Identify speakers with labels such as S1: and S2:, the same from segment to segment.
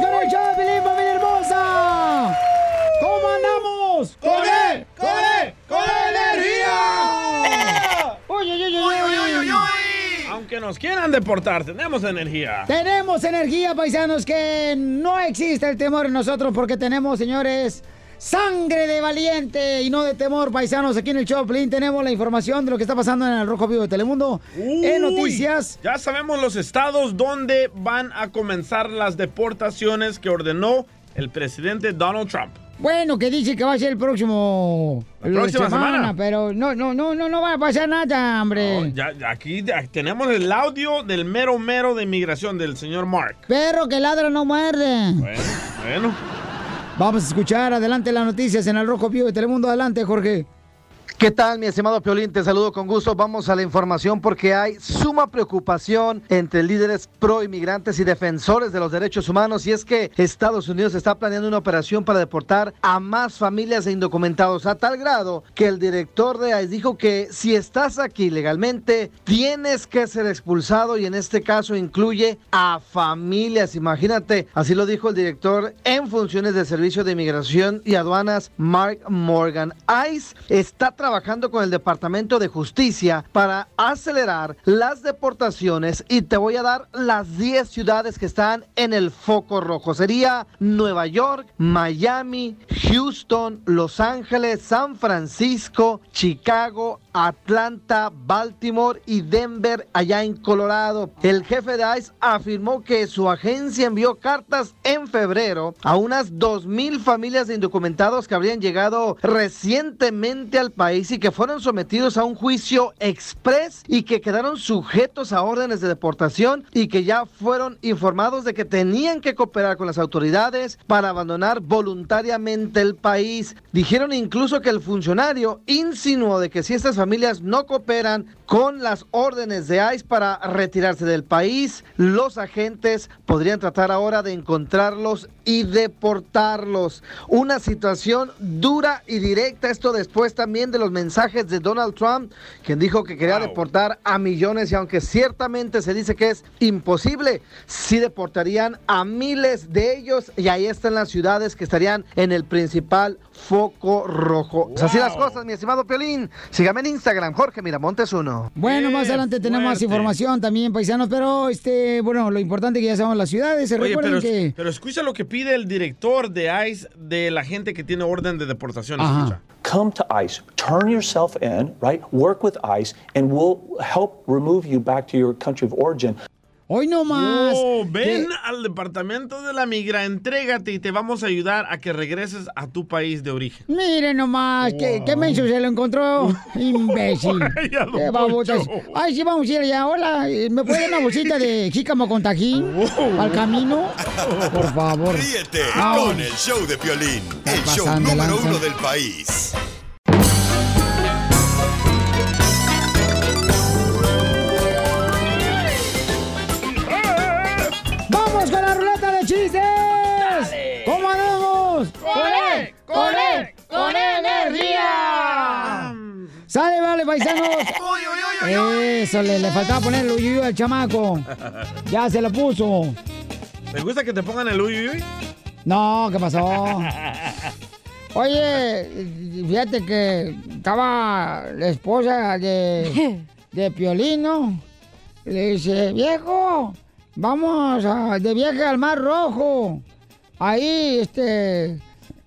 S1: con el show de Pelín, familia hermosa! ¿Cómo andamos?
S2: ¡Con él! ¡Con él! ¡Con E energía!
S1: ¡Uy, uy, uy, uy, uy, uy, uy!
S2: Aunque nos quieran deportar, tenemos energía.
S1: Tenemos energía, paisanos, que no existe el temor en nosotros porque tenemos, señores, sangre de valiente y no de temor, paisanos. Aquí en el show de Pelín tenemos la información de lo que está pasando en el Rojo Vivo de Telemundo. en
S2: Uy,
S1: noticias,
S2: Ya sabemos los estados donde van a comenzar las deportaciones que ordenó el presidente Donald Trump.
S1: Bueno, que dice que va a ser el próximo.
S2: La próxima semana.
S1: Pero no, no, no, no, no va a pasar nada, hombre.
S2: Oh, ya- ya aquí ya tenemos el audio del mero mero de inmigración del señor Mark.
S1: Perro que ladra no muerde.
S2: Bueno, bueno.
S1: Vamos a escuchar adelante las noticias en el Rojo Vivo de Telemundo. Adelante, Jorge.
S3: ¿Qué tal, mi estimado Piolín? Te saludo con gusto. Vamos a la información porque hay suma preocupación entre líderes pro inmigrantes y defensores de los derechos humanos y es que Estados Unidos está planeando una operación para deportar a más familias de indocumentados a tal grado que el director de ICE dijo que si estás aquí legalmente tienes que ser expulsado y en este caso incluye a familias. Imagínate, así lo dijo el director en funciones del Servicio de Inmigración y Aduanas, Mark Morgan. ICE está trabajando con el Departamento de Justicia para acelerar las deportaciones y te voy a dar las 10 ciudades que están en el foco rojo. Sería Nueva York, Miami, Houston, Los Ángeles, San Francisco, Chicago, Atlanta, Baltimore y Denver allá en Colorado. El jefe de ICE afirmó que su agencia envió cartas en febrero a unas 2.000 familias de indocumentados que habrían llegado recientemente al país y que fueron sometidos a un juicio express y que quedaron sujetos a órdenes de deportación y que ya fueron informados de que tenían que cooperar con las autoridades para abandonar voluntariamente el país. Dijeron incluso que el funcionario insinuó de que si estas familias no cooperan con las órdenes de ICE para retirarse del país, los agentes podrían tratar ahora de encontrarlos y deportarlos. Una situación dura y directa, esto después también de los mensajes de Donald Trump, quien dijo que quería
S2: Wow.
S3: deportar deportar a millones y aunque ciertamente se dice que es imposible, sí deportarían a miles de ellos y ahí están las ciudades que estarían en el principal foco rojo. Pues Así las
S2: Wow.
S3: cosas, mi estimado Piolín. Sígame en Instagram, Jorge Miramontes 1.
S1: Bueno,
S2: Qué
S1: más adelante tenemos más
S2: fuerte.
S1: información también, paisanos. Pero, este, bueno, lo importante es que ya sabemos las ciudades.
S2: Oye,
S1: Recuerden
S2: pero,
S1: que.
S2: pero escucha lo que pide el director de ICE de la gente que tiene orden de deportación.
S1: Ajá.
S2: Escucha.
S4: come to ICE, turn yourself in, right? Work with ICE, and we'll help remove you back to your country of origin.
S1: Hoy no más.
S2: Oh,
S1: que-
S2: ven al departamento de la migra, entrégate y te vamos a ayudar a que regreses a tu país de origen.
S1: Miren nomás, que qué menso se lo encontró, imbécil.
S2: Vaya, don
S1: Qué babotas.
S2: Poncho.
S1: Ay, sí, vamos a ir allá. Hola, eh, ¿me puede una bolsita de jícamo con tajín al camino? Por favor.
S5: Ríete
S1: Vamos.
S5: con el show de Piolín, el
S1: Está
S5: show
S1: pasando
S5: número
S1: lanza.
S5: uno del país.
S1: ¡Vamos con la ruleta de chistes! ¿Cómo andamos?
S2: él, E, con él, con E
S1: energía! ¡Sale, vale, paisanos! Eso, le, le faltaba poner el uyuyu al chamaco. Ya se lo puso.
S2: ¿Te gusta que te pongan el uy, uy, uy?
S1: No, ¿qué pasó? Oye, fíjate que estaba la esposa de, de Piolino. Le dice, viejo, vamos a- de viaje al Mar Rojo. Ahí, este,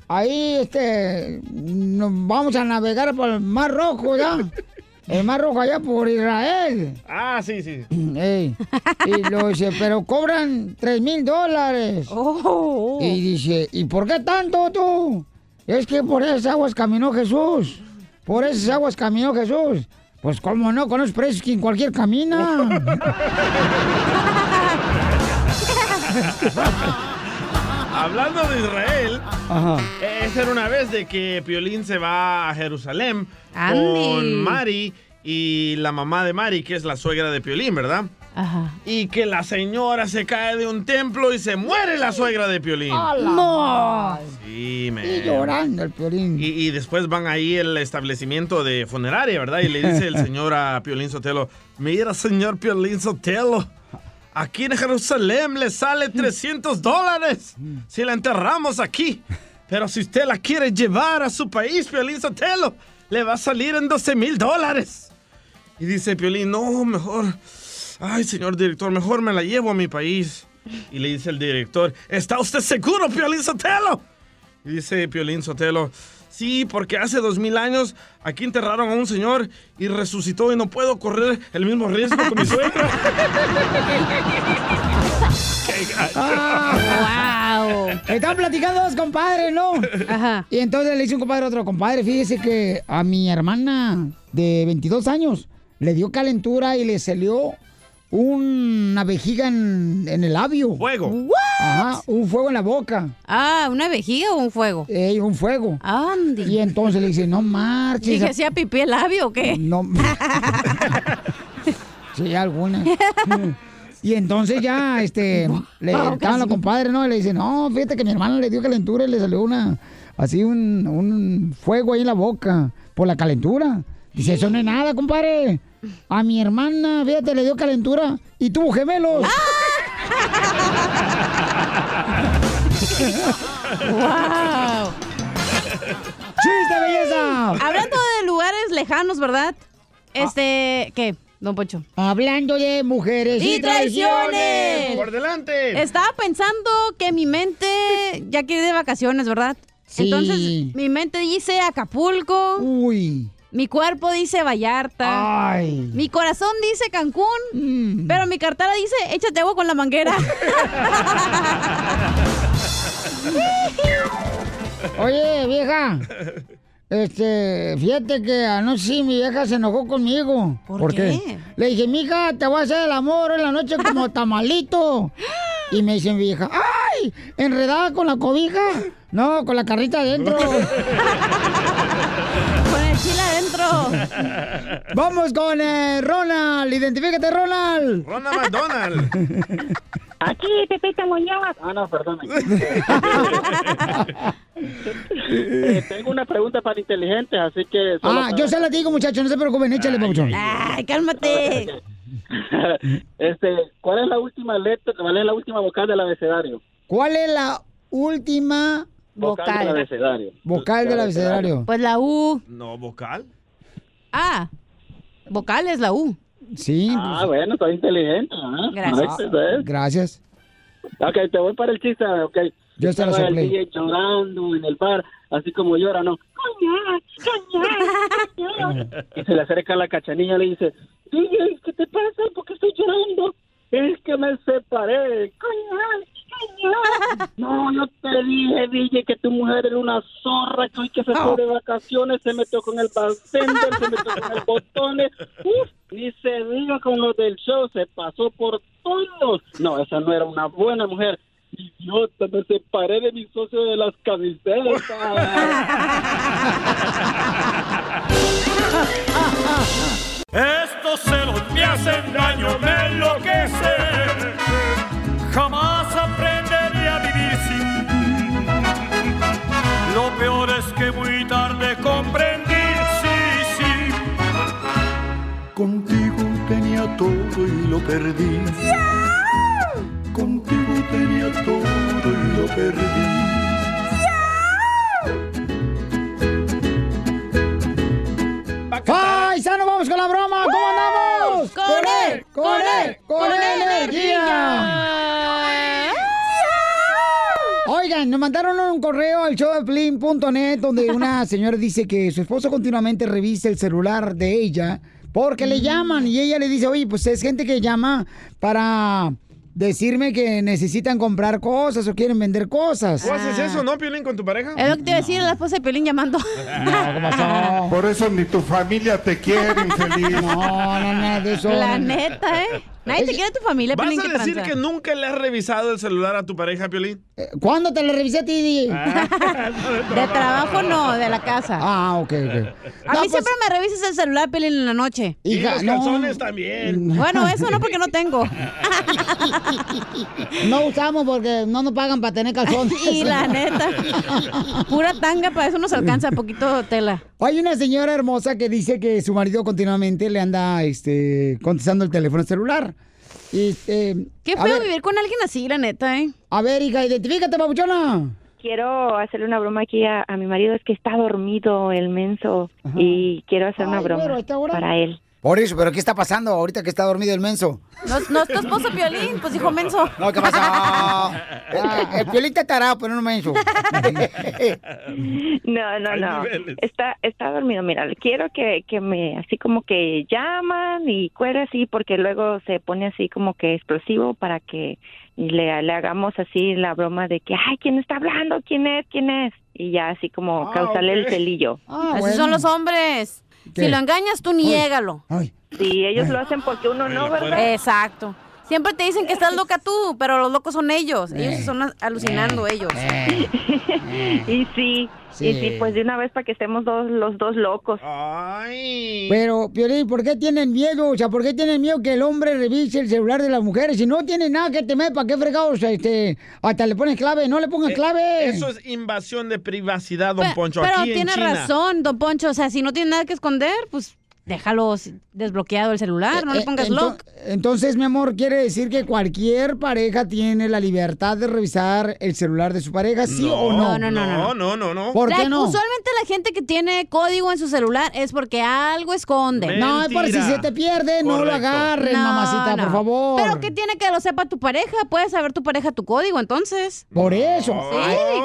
S1: ahí, este, nos vamos a navegar por el Mar Rojo, ¿ya? El Mar Rojo allá por Israel.
S2: Ah, sí, sí.
S1: Mm, Ey. Y lo dice, pero cobran tres mil dólares.
S6: Oh,
S1: Y dice, ¿y por qué tanto tú? Es que por esas aguas caminó Jesús. Por esas aguas caminó Jesús. Pues cómo no, con los precios que en cualquier camina.
S2: hablando de Israel,
S1: Ajá.
S2: eh, esa era una vez de que Piolín se va a Jerusalén
S6: Andy.
S2: con Mari y la mamá de Mari, que es la suegra de Piolín, ¿verdad?
S6: Ajá.
S2: Y que la señora se cae de un templo y se muere la suegra de Piolín.
S6: No.
S2: Sí, me...
S1: Y llorando el piolín.
S2: Y, y después van ahí el establecimiento de funeraria, ¿verdad? Y le dice el señor a Piolín Sotelo, mira, señor Piolín Sotelo, aquí en Jerusalén le sale 300 dólares si la enterramos aquí. Pero si usted la quiere llevar a su país, Piolín Sotelo, le va a salir en 12 mil dólares. Y dice Piolín, no, mejor, ay, señor director, mejor me la llevo a mi país. Y le dice el director, ¿está usted seguro, Piolín Sotelo? Y dice Piolín Sotelo, sí, porque hace dos mil años aquí enterraron a un señor y resucitó y no puedo correr el mismo riesgo con mi suegra.
S1: Ah,
S6: Wow.
S1: Estaban platicando dos compadres, ¿no?
S6: Ajá.
S1: Y entonces le dice un compadre a otro compadre, fíjese que a mi hermana de 22 años le dio calentura y le salió una vejiga en, en el labio.
S2: Fuego.
S1: Ajá, un fuego en la boca.
S6: Ah, ¿una vejiga o un fuego?
S1: Ey, un fuego. Y
S6: Andy.
S1: entonces le dice, no
S6: ¿Y
S1: marches.
S6: que sea pipí el labio o qué?
S1: No. sí, alguna. Y entonces ya, este, le
S6: Wow,
S1: estaban los
S6: casi.
S1: compadres, ¿no? Y le dicen, no, fíjate que mi hermana le dio calentura y le salió una, así un, un fuego ahí en la boca por la calentura. Dice, eso no es nada, compadre. A mi hermana, fíjate, le dio calentura y tuvo gemelos.
S6: Wow.
S1: ¡Chiste, belleza! Ah.
S6: Hablando de lugares lejanos, ¿verdad? Este, ¿qué? Don Pocho.
S1: Hablando de mujeres y,
S6: Y traiciones.
S2: Por delante.
S6: Estaba pensando que mi mente ya quiere ir de vacaciones, ¿verdad?
S1: Sí.
S6: Entonces, mi mente dice Acapulco,
S1: Uy.
S6: mi cuerpo dice Vallarta,
S1: Ay.
S6: mi corazón dice Cancún,
S1: Mm.
S6: pero mi cartera dice échate agua con la manguera.
S1: Oye, vieja. Este, fíjate que anoche sí, mi vieja se enojó conmigo.
S6: ¿Por qué?
S1: Le dije, mija, te voy a hacer el amor en la noche como tamalito. Y me dice mi vieja, ¡ay! ¿Enredada con la cobija? No, con la carrita adentro.
S6: con el chile adentro.
S1: Vamos con eh, Ronald. Identifícate, Ronald.
S2: Ronald McDonald.
S7: Aquí, Pepita Muñoz. Ah, no, perdóname. Eh, tengo una pregunta para inteligentes, así que... solo
S1: Ah,
S7: para-
S1: yo se la digo, muchachos, no se preocupen, échale, papuchón.
S6: Ay, cálmate.
S7: este, ¿Cuál es la última letra, cuál es la última vocal del abecedario?
S1: ¿Cuál es la última
S7: del
S6: Vocal.
S7: abecedario.
S1: vocal del abecedario?
S6: Pues la U.
S2: No, vocal.
S6: Ah. Vocal es la U.
S1: Sí,
S7: Ah, bueno, soy inteligente. ¿ah?
S6: Gracias.
S7: Correcto, eso es.
S1: gracias.
S7: Ok, te voy para el chiste, ok.
S1: Yo te lo
S7: Estaba el
S1: soplé.
S7: DJ llorando en el bar, así como llora, ¿no? Coñac, coñac, coñac. y se le acerca la cachanilla y le dice, DJ, ¿qué te pasa? ¿Por qué estoy llorando? Es que me separé. Coñac, coñac. No, yo te dije, DJ, que tu mujer era una zorra, que hoy que se fue de
S1: Ah.
S7: vacaciones se metió con el bartender, se metió con el botones. Uf, ni se diga con los del show, se pasó por todos. No, esa no era una buena mujer. Idiota, me separé de mi socio de las camisetas.
S8: Estos celos me hacen daño, me enloquecen. Jamás aprenderé a vivir sin ti. Lo peor es que muy tarde comprendí, sí, sí.
S9: Contigo tenía todo y lo perdí. Contigo tenía todo y lo perdí.
S1: ¡Paisano, vamos con la broma! ¿Cómo andamos?
S6: ¡Con él!
S1: ¡Con él! ¡Con energía! Oigan, nos mandaron un correo al showdeplin.net donde una señora dice que su esposo continuamente revisa el celular de ella porque
S6: Mm.
S1: le llaman y ella le dice, oye, pues es gente que llama para decirme que necesitan comprar cosas o quieren vender cosas.
S2: ¿Tú haces eso, no, Piolín, con tu pareja?
S6: Ah. Es lo que te iba a decir, la esposa de Pelín llamando.
S1: No, ¿qué pasó?
S8: Por eso ni tu familia te quiere, infeliz.
S1: No, no, no, Ah, de eso.
S6: La neta, ¿eh? Nadie te quiere tu familia,
S2: ¿Vas
S6: Piolín,
S2: a
S6: ¿qué
S2: decir
S6: tranza?
S2: que nunca le has revisado el celular a tu pareja, Piolín?
S1: ¿Cuándo te lo revisé a ti, DJ?
S2: Ah,
S6: De trabajo no, de la casa.
S1: Ah, ok, ok.
S6: A mí siempre me revisas el celular, Pelín, en la noche.
S1: Y Hija, los no. calzones
S2: también.
S6: Bueno, eso no, porque no tengo.
S1: No usamos porque no nos pagan para tener calzones.
S6: Y la neta, pura tanga, para eso nos alcanza poquito tela.
S1: Hay una señora hermosa que dice que su marido continuamente le anda este, contestando el teléfono celular. Y, eh,
S6: Qué
S1: a
S6: feo
S1: ver-
S6: vivir con alguien así, la neta, ¿eh?
S1: A ver, hija, identifícate, papuchona.
S10: Quiero hacerle una broma aquí a, a mi marido, es que está dormido el menso y quiero hacer una
S1: Ay,
S10: broma
S1: güero, ¿a esta hora?
S10: para él.
S1: Por eso, pero ¿qué está pasando ahorita que está dormido el menso?
S6: No, no es tu esposo Piolín, pues dijo menso. Ah,
S1: No, ¿qué pasó? Ah, El, el piolín está tarado, pero no menso.
S10: No, no,
S1: Hay
S10: no.
S1: niveles.
S10: Está, está dormido. Mira, le quiero que, que me, así como que llaman y cuelga así, porque luego se pone así como que explosivo para que le, le hagamos así la broma de que, ay, ¿quién está hablando? ¿Quién es? ¿Quién es? Y ya así como
S6: Ah,
S10: causarle
S6: ok.
S10: el celillo.
S1: Ah,
S6: Así son los hombres.
S10: ¿Qué?
S6: Si lo engañas, tú niégalo.
S10: Sí, ellos lo hacen porque uno no, ¿verdad?
S6: Exacto. Siempre te dicen que estás loca tú, pero los locos son ellos.
S1: Eh.
S6: Ellos se son alucinando, ellos.
S10: Y sí, y sí, pues de una vez para que estemos dos, los dos locos.
S1: Ah, Pero, Piolín, ¿por qué tienen miedo? O sea, ¿por qué tienen miedo que el hombre revise el celular de las mujeres? Si no tienen nada que temer, ¿para qué fregados? Este, hasta le pones clave, no le pongas clave.
S2: Eh, Eso es invasión de privacidad, don
S6: Pe-
S2: Poncho.
S6: Pero
S2: aquí en
S6: tiene
S2: China.
S6: razón, don Poncho. O sea, si no tiene nada que esconder, pues déjalo s- desbloqueado el celular, no le
S1: Eh,
S6: pongas
S1: ento-
S6: lock.
S1: Entonces, mi amor, quiere decir que cualquier pareja tiene la libertad de revisar el celular de su pareja, ¿sí o no?
S6: No, no, no, no.
S2: No, no, no.
S1: ¿Por
S6: La-
S1: qué no?
S6: Usualmente la gente que tiene código en su celular es porque algo esconde.
S1: No, es por si se te pierde, no lo
S6: Correcto.
S1: agarres,
S6: No,
S1: mamacita, por
S6: no.
S1: favor.
S6: Pero ¿qué tiene que lo sepa tu pareja? Puede saber tu pareja tu código, entonces.
S1: Por eso,
S6: Sí.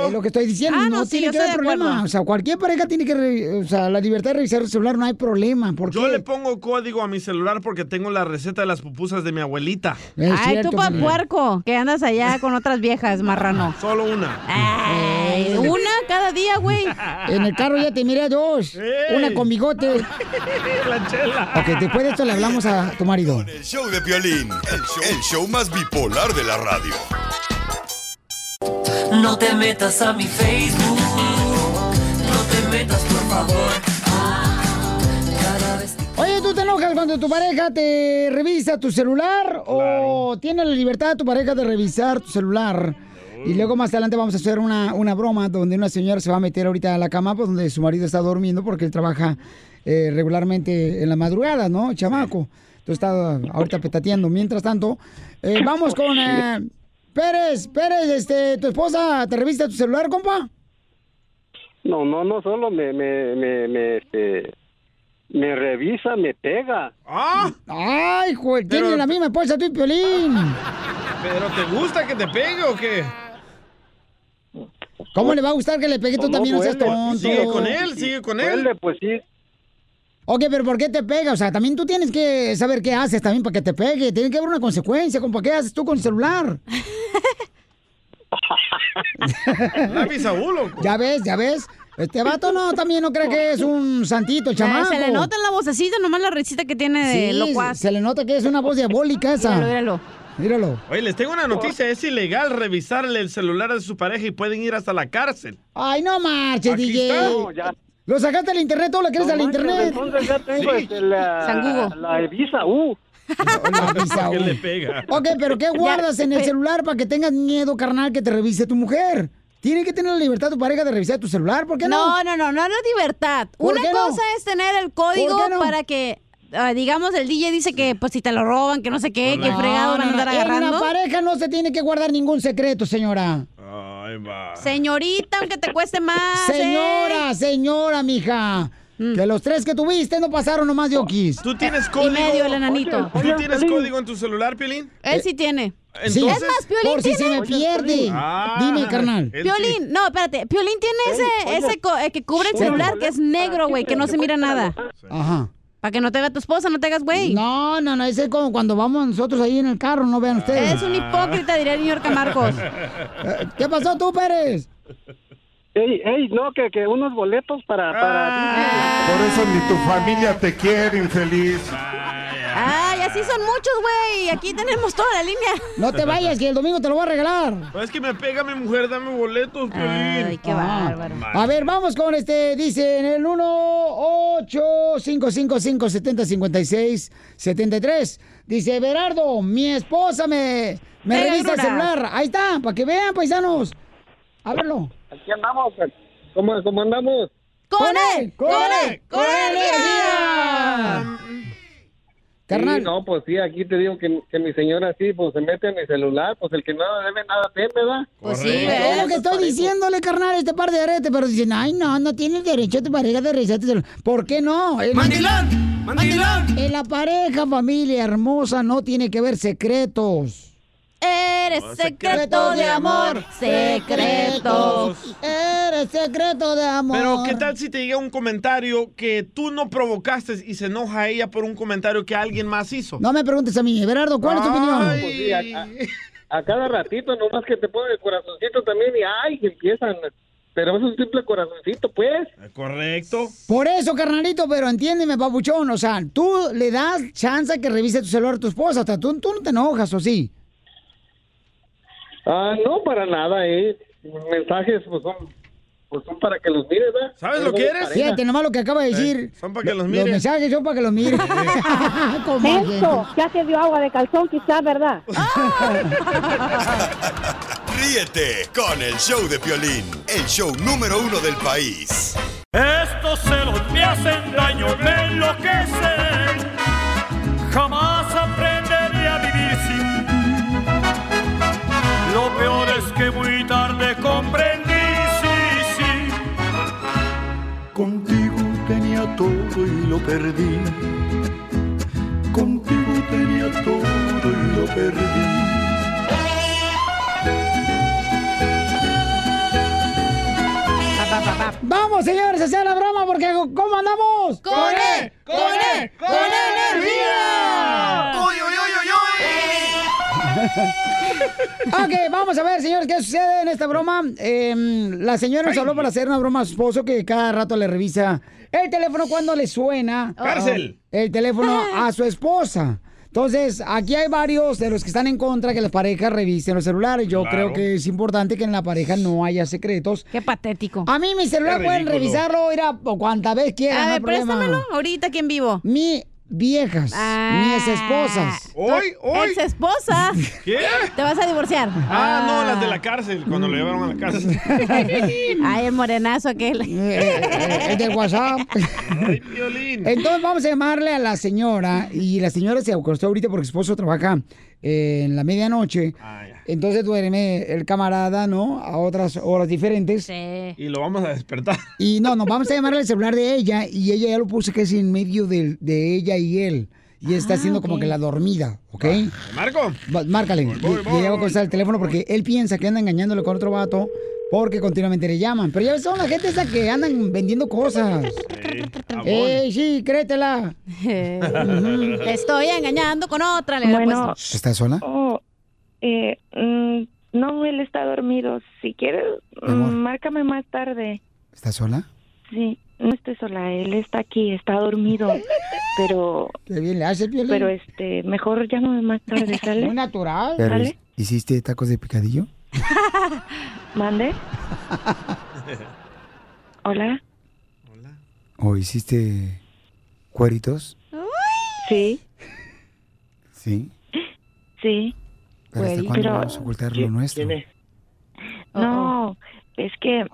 S1: es lo que estoy diciendo,
S6: Ah,
S1: no,
S6: no, sí,
S1: tiene
S6: yo
S1: que
S6: estoy
S1: haber
S6: de acuerdo.
S1: problema. O sea, cualquier pareja tiene que, re- o sea, la libertad de revisar el celular no hay problema. ¿Por
S2: Yo
S1: qué?
S2: le pongo código a mi celular porque tengo la receta de las pupusas de mi abuelita.
S6: Ay, tú pa' puerco, que andas allá con otras viejas, marrano.
S2: Solo una.
S6: Ay, una cada día, güey. Eh,
S1: En Eh. el carro ya te miré dos, una con bigote.
S2: La chela.
S1: Ok, después de esto le hablamos a tu marido.
S5: El show de Piolín, el show, el show más bipolar de la radio.
S11: No te metas a mi Facebook. No te metas, por favor. Cada vez
S1: Oye, ¿tú te enojas cuando tu pareja te revisa tu celular o tiene la libertad tu pareja de revisar tu celular? Y luego más adelante vamos a hacer una, una broma donde una señora se va a meter ahorita a la cama pues, donde su marido está durmiendo porque él trabaja eh, regularmente en la madrugada, ¿no? Chamaco. Tú estás ahorita petateando. Mientras tanto, eh, vamos con eh, Pérez. Pérez, este, ¿tu esposa te revisa tu celular, compa?
S12: No, no, no solo me, me, me, me, este, me revisa, me pega.
S2: ¡Ah!
S1: ¡Ay, joder! Tiene la misma esposa tú y Piolín.
S2: ¿Pero te gusta que te pegue o qué?
S1: ¿Cómo le va a gustar que le pegue tú
S2: No,
S1: también? No seas
S2: duele.
S1: tonto.
S2: Sigue con él, sigue con él. Duele,
S12: pues sí.
S1: Ok, pero ¿por qué te pega? O sea, también tú tienes que saber qué haces también para que te pegue. Tiene que haber una consecuencia, compa. ¿Qué haces tú con el celular?
S2: Lápiz Saúl, loco.
S1: Ya ves, ya ves. Este vato no, también no cree que es un santito, el chamaco.
S6: Eh, Se le nota en la vocecita, nomás la risita que tiene de
S1: Sí,
S6: locuaz.
S1: se le nota que es una voz diabólica esa.
S6: Míralo, míralo.
S1: Míralo.
S2: Oye, les tengo una noticia. Es ilegal revisarle el celular de su pareja y pueden ir hasta la cárcel.
S1: Ay, no marches,
S2: Aquí
S1: DJ.
S2: está. No, ya.
S1: Lo sacaste al internet, todo lo quieres al internet.
S12: Entonces ya tengo este, la,
S1: Sangugo.
S12: la Ibiza uh. U.
S1: La Ibiza uh.
S12: U.
S2: le pega?
S1: Ok, pero ¿qué guardas
S6: eh.
S1: en el celular para que tengas miedo, carnal, que te revise tu mujer? Tiene que tener la libertad tu pareja de revisar tu celular, ¿por qué no?
S6: No, no, no, no es libertad.
S1: ¿Por
S6: Una
S1: qué no?
S6: cosa es tener el código
S1: ¿Por qué no?
S6: para que, ah, digamos, el DJ dice que pues si te lo roban, que no sé qué, que fregado van a andar
S1: En la
S6: agarrando.
S1: pareja no se tiene que guardar ningún secreto, señora.
S6: Señorita, aunque te cueste más. ¿eh? Mm.
S1: Señora, señora, mija. Que los tres que tuviste no pasaron nomás de Oquis.
S2: ¿Tú tienes código? ¿Tú tienes código en tu celular, Piolín? Eh,
S6: Él sí tiene.
S2: Entonces-
S6: es más, Piolín
S1: Por si
S6: tiene...
S1: se me pierde.
S2: Ah.
S1: Dime, carnal.
S2: Él
S6: Piolín, no, espérate. Piolín tiene ese, ese co- eh, que cubre el
S1: Oye.
S6: celular que es negro, güey, que no se mira nada.
S1: Ajá.
S6: Para que no te vea tu esposa, no te hagas güey.
S1: Eh, No, no, no, ese es como cuando vamos nosotros ahí en el carro, no
S2: Ah.
S1: vean ustedes.
S6: Eres un hipócrita, diría el New York Marcos.
S1: Eh, ¿Qué pasó tú, Pérez?
S12: Ey, ey, no, que, que unos boletos para... para...
S1: Ah.
S13: Por eso ni tu familia te quiere, infeliz.
S6: Ah, ya así son muchos, güey. Aquí tenemos toda la línea.
S1: No te vayas, que el domingo te lo voy a regalar.
S2: Pues es que me pega mi mujer, dame boletos, Piolín. Ay,
S6: qué bárbaro.
S1: A ver, vamos con este, dice en el 1-855-570-5673. Dice, Berardo, mi esposa me, me
S14: Te
S1: revisa el
S14: agrura.
S1: celular. Ahí está, para que vean, paisanos. Ábrelo.
S14: Aquí andamos. ¿Cómo, cómo andamos?
S1: ¡Con él! ¡Con
S12: e,
S1: él! ¡Con energía!
S14: Sí, no, pues sí, aquí te digo que, que mi señora sí, pues se mete en mi celular, pues el que no debe nada teme, ¿verdad?
S6: Pues
S1: Es lo que estoy diciéndole, carnal, a este par de aretes, pero dicen, ay, no, no tienes derecho a tu pareja de revisarte. el celular". ¿Por qué no? El-
S14: Mandilón, mandilón.
S1: En la pareja, familia hermosa, no tiene que haber secretos.
S6: Eres secreto de amor. Secretos.
S1: Eres secreto de amor.
S2: Pero ¿qué tal si te llega un comentario que tú no provocaste y se enoja a ella por un comentario que alguien más hizo?
S1: No me preguntes a mí, Berardo, ¿cuál es tu
S2: Ay. Pues,
S1: opinión?
S14: Pues Sí, a, a- a cada ratito, nomás que te ponen el corazoncito también y ay, empiezan. Pero es un simple corazoncito, pues.
S2: Correcto.
S1: Por eso, carnalito, pero entiéndeme, papuchón, o sea, tú le das chance a que revise tu celular a tu esposa, hasta tú, tú no te enojas, ¿o sí?
S14: Ah, no, para nada, ¿eh? Mensajes, pues son, pues son para que los mires, ¿verdad?
S2: ¿Sabes
S14: Pero somos pareja.
S1: Fíjate nomás lo que acaba de decir.
S2: Eh, son para que los
S1: Los
S2: mires.
S1: mensajes son para que los mires.
S12: Eso, ya te dio agua de calzón, quizás, ¿verdad? e,
S5: Ríete con el show de Piolín, el show número uno del país.
S15: Estos celos me hacen daño, me enloquecen. Jamás aprenderé a vivir sin ti. Lo peor es que muy tarde comprendí, sí, sí.
S9: Contigo tenía todo y lo perdí. Contigo tenía todo y lo perdí.
S1: Vamos, señores, a hacer la broma porque ¿cómo andamos? E.
S14: ¡Con
S2: E!
S14: él! ¡Con él! ¡Con energía! ¡Uy, uy, uy, uy,
S1: Ok, vamos a ver, señores, qué sucede en esta broma. Eh, la señora nos habló para hacer una broma a su esposo que cada rato le revisa el teléfono cuando le suena.
S2: ¡Cárcel!
S1: ah, El teléfono a su esposa. Entonces, aquí hay varios de los que están en contra que las parejas revisen los celulares. Yo
S6: Claro.
S1: creo que es importante que en la pareja no haya secretos.
S6: Qué patético.
S1: A mí mi celular
S6: Qué
S1: pueden
S6: ridículo.
S1: revisarlo, ir a cuanta vez quieran.
S6: A
S1: no hay
S6: ver,
S1: problema.
S6: préstamelo ahorita aquí en vivo. Ah,
S1: Mi viejas, mis esposas.
S2: Hoy, hoy.
S6: Ex esposa.
S2: ¿Qué?
S6: Te vas a divorciar.
S2: Ah, no, las de la cárcel, cuando lo llevaron a la cárcel.
S6: Ay, el morenazo aquel.
S1: Eh, el del WhatsApp. Entonces vamos a llamarle a la señora y la señora se acostó ahorita porque su esposo trabaja eh, en la medianoche. Entonces duerme el camarada, ¿no? A otras horas diferentes.
S2: Y lo vamos a despertar.
S1: Y no, no, vamos a llamarle al celular de ella y ella ya lo puso que es en medio del- de, ella y él. Y está haciendo como que la dormida, ¿ok?
S2: Marco.
S1: márcale. Y- y ella va a contestar el teléfono porque él piensa que anda engañándole con otro vato porque continuamente le llaman. Pero ya ves, son la gente esa que andan vendiendo cosas. ¡Ey, sí, créetela! Ujú.
S6: Te estoy engañando con otra, le hubiera
S16: Bueno,
S6: puesto.
S1: ¿Estás sola?
S16: oh, eh, mm, no, él está dormido. Si quieres,
S1: Mi amor.
S16: mm, márcame más tarde.
S1: ¿Estás sola?
S16: Sí, no estoy sola. Él está aquí, está dormido. Pero.
S1: Qué bien le hace, Piolín.
S16: Pero este, mejor llámame más tarde, ¿sale?
S1: Muy natural.
S16: ¿Sale?
S1: ¿Hiciste tacos de picadillo?
S16: ¿Mande? ¿Hola?
S10: ¿O hiciste cueritos?
S16: Sí,
S10: Sí.
S16: sí.
S10: ¿Pero hasta cuándo vamos a ocultar lo nuestro?
S16: No, es que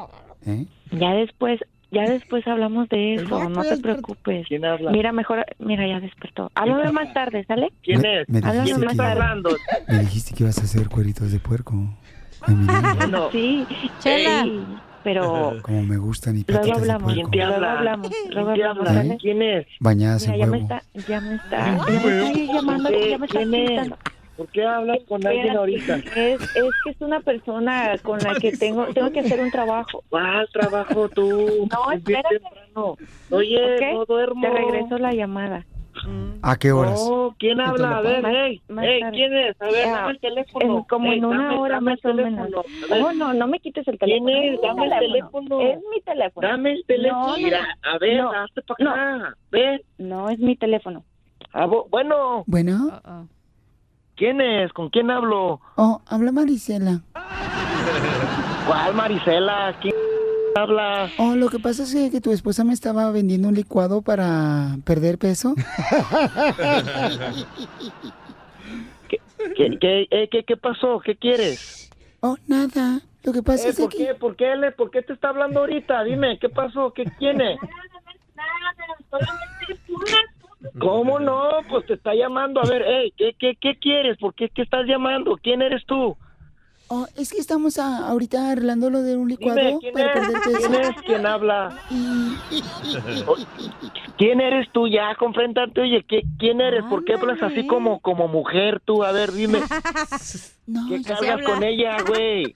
S10: ¿Eh?
S16: ya después, ya después hablamos de eso,
S10: vato
S16: no
S10: ya
S16: te
S10: despertó.
S16: preocupes.
S14: ¿Quién habla?
S16: Mira, mejor, mira, ya despertó. Háblame más tarde, ¿sale?
S10: ¿Quién Me- es? me
S16: Háblame
S10: dijiste
S16: más
S10: que-
S16: tarde.
S10: Me dijiste que ibas a hacer cueritos de puerco. Ay, mira,
S16: Sí,
S6: Chela.
S16: ey, pero
S10: como me gustan y
S16: luego
S10: patitas de
S16: hablamos,
S10: puerco.
S16: luego hablamos, luego hablamos,
S10: habla?
S16: ¿sale?
S14: ¿Quién es?
S10: Bañadas
S16: Mira,
S10: en
S16: ya me
S10: huevo.
S16: está, ya me está,
S14: Ah,
S16: ya me
S14: huevo.
S16: está llamando, ya me está
S14: ¿Quién es?
S16: gritando.
S14: ¿Por qué hablas con alguien
S16: Espérate,
S14: ahorita?
S16: Es, es que es una persona con la que tengo tengo que hacer un trabajo.
S14: ¿Cuál trabajo tú?
S16: No,
S14: Es bien
S16: espérate.
S14: temprano. Oye,
S16: ¿Ok?
S14: no duermo.
S16: Te regreso la llamada.
S10: ¿A qué horas?
S14: No, ¿quién
S16: ¿Qué
S14: habla?
S16: te
S14: A
S16: le
S14: ver,
S16: pasa?
S14: hey,
S16: Más
S14: hey,
S16: tarde.
S14: ¿quién es? A ver,
S16: Ya,
S14: dame el teléfono.
S16: en como
S14: Ey,
S16: en una
S14: dame-
S16: hora
S14: dame el
S16: más o menos.
S14: teléfono. A ver.
S16: No, no, no me quites el teléfono.
S14: ¿Quién es?
S16: Es mi
S14: Dame el teléfono.
S16: Es mi teléfono.
S14: Dame el teléfono.
S16: No, no,
S14: Mira,
S16: no.
S14: a ver,
S16: No,
S14: hazte para acá. Ven.
S16: No, es mi teléfono.
S17: Ah, bu- bueno.
S1: Bueno.
S17: ¿Quién es? ¿Con quién hablo?
S1: Oh, habla Marisela.
S17: ¿Cuál Marisela? ¿Quién habla?
S1: Oh, lo que pasa es que, que tu esposa me estaba vendiendo un licuado para perder peso.
S17: ¿Qué, qué, eh, qué- qué pasó? ¿Qué quieres?
S1: oh, nada. Lo que pasa
S17: Eh,
S1: es
S17: ¿por,
S1: que...
S17: qué? ¿Por qué? le- ¿Por qué te está hablando ahorita? Dime, ¿qué pasó? ¿Qué tiene? ¿Cómo no? Pues te está llamando. A ver, hey, ¿qué, qué, ¿qué quieres? ¿Por qué, qué estás llamando? ¿Quién eres tú?
S1: Oh, es que estamos a- ahorita arreglando lo de un licuado
S17: Dime, ¿quién
S1: para
S17: es?
S1: perder peso.
S17: ¿Quién es? ¿Quién habla?
S1: Y-
S17: ¿Quién eres tú ya? Confréntate, oye, ¿qué- ¿quién eres? ¿Por qué hablas así como, como mujer tú? A ver, dime,
S1: No,
S17: ¿qué
S1: yo-
S17: cargas con ella, güey?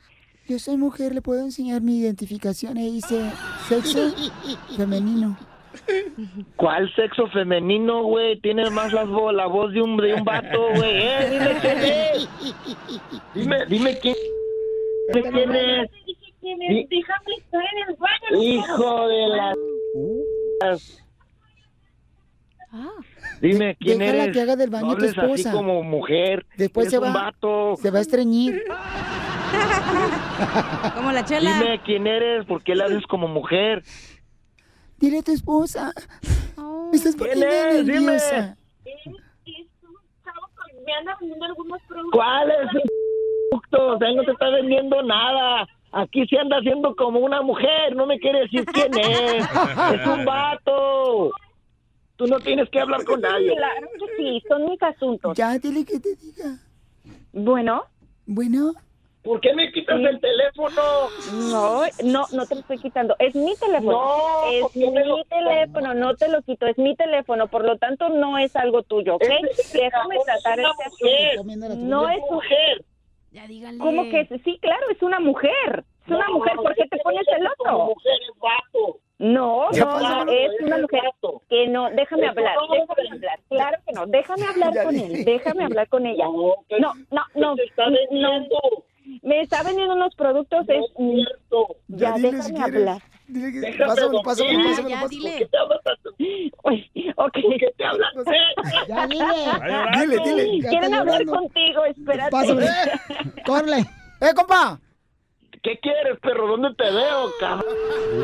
S1: Yo soy mujer, le puedo enseñar mi identificación. Ahí dice sexo femenino.
S17: ¿Cuál sexo femenino, güey? Tienes más la, vo- la voz de un, de un vato, güey. Eh, dime quién es. Dime, dime quién, dime quién es. Di- Hijo de la...
S13: Ah.
S17: Dime quién
S1: Déjala
S17: eres.
S1: que haga del baño
S17: No
S1: tu
S17: hables
S1: esposa.
S17: así como mujer.
S1: Después
S17: Eres
S1: se
S17: un
S1: va,
S17: vato.
S1: se va a estreñir.
S17: Como la
S1: chela.
S17: Dime quién eres, por qué la haces como mujer.
S1: Dile a tu esposa. Me estás
S17: ¿Quién
S1: poniendo
S17: es? Dime.
S1: nerviosa.
S17: ¿Cuál es el producto? O sea, no te está vendiendo nada. Aquí se anda haciendo como una mujer, no me quiere decir quién es. Es un vato. Tú no tienes que hablar con nadie.
S13: Claro que sí, son mis asuntos.
S1: Ya, dile que te diga.
S13: Bueno.
S1: Bueno.
S17: ¿Por qué me quitas el teléfono?
S13: No, no, no te lo estoy quitando. Es mi teléfono.
S17: No,
S13: es mi teléfono, no te lo quito. Es mi teléfono, por lo tanto no es algo tuyo, ¿ok? Déjame tratar
S17: una
S13: este
S17: mujer.
S13: asunto. No es mujer.
S6: Ya dígale.
S13: ¿Cómo que? es? Sí, claro, es una mujer. Es una
S17: No,
S13: mujer. ¿Por qué
S17: no
S13: te
S17: te
S13: pones
S17: metas como
S13: celoso?
S17: mujer, es vato.
S13: No,
S17: Ya
S13: no,
S17: pasó.
S13: no, es una mujer que no, déjame
S17: Eso
S13: hablar,
S17: no,
S13: déjame hablar, claro que no, déjame hablar con él, déjame hablar con ella.
S17: pues,
S13: No, no, no, no, me está vendiendo unos productos, es ya, déjame hablar.
S17: Pásamelo, pásamelo,
S13: Ya,
S17: pásamelo,
S13: ya,
S17: pásamelo.
S13: dile.
S17: ¿Por qué te hablas así? ¿Por qué te hablas así?
S1: Ya, dile.
S17: Dile, dile. Ya
S13: Quieren
S17: está
S13: hablar
S17: llorando.
S13: contigo, espérate.
S1: Pásale. Corre. ¡Eh, compa!
S17: ¿Qué quieres, perro? ¿Dónde te veo, cabrón?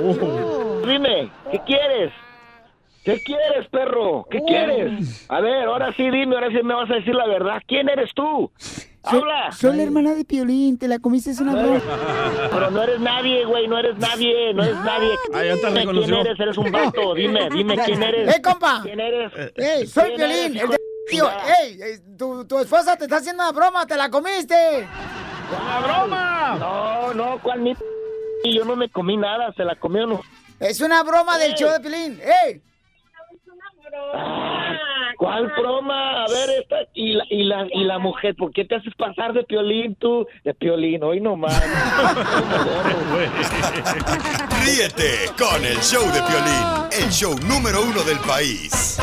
S1: Oh.
S17: Dime, ¿qué quieres? ¿Qué quieres, perro? ¿Qué
S13: Oh.
S17: quieres? A ver, ahora sí dime, ahora sí me vas a decir la verdad. ¿Quién eres tú?
S1: Soy-
S17: Habla.
S1: Soy la hermana de Piolín, te la comiste es una broma.
S17: Pero no eres nadie, güey, no eres nadie, no eres nadie.
S2: Ah, ya te
S17: Dime
S2: reconoció.
S17: ¿Quién eres? Eres un vato, dime, dime quién eres.
S1: ¡Eh, compa!
S17: ¿Quién
S2: Eh,
S17: eres?
S1: ¡Ey, soy
S17: ¿Quién
S1: Piolín!
S17: eres,
S1: El de...
S17: hijo
S1: Tío,
S17: de chingada?
S1: ¡Ey! eh, Tu, tu esposa te está haciendo una broma, te la comiste.
S17: ¡Una broma! No, no, ¿cuál mi... Y yo no me comí nada, se la comió no.
S1: Es una broma del
S17: Ey.
S1: show de Piolín. ¡Ey!
S17: ¿Cuál broma? A ver, esta... Y la, y, la, y la mujer, ¿por qué te haces pasar de piolín tú? De piolín, hoy nomás.
S5: Ríete con el show de Piolín, el show número uno del país.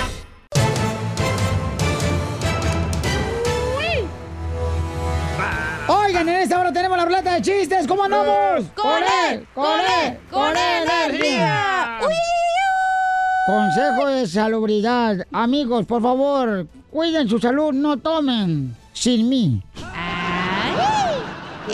S1: Oigan, en esta hora tenemos la ruleta de chistes. ¿Cómo andamos?
S11: ¡Con él! ¡Con él! ¡Con energía!
S1: Consejo de salubridad. Amigos, por favor, cuiden su salud, no tomen sin mí.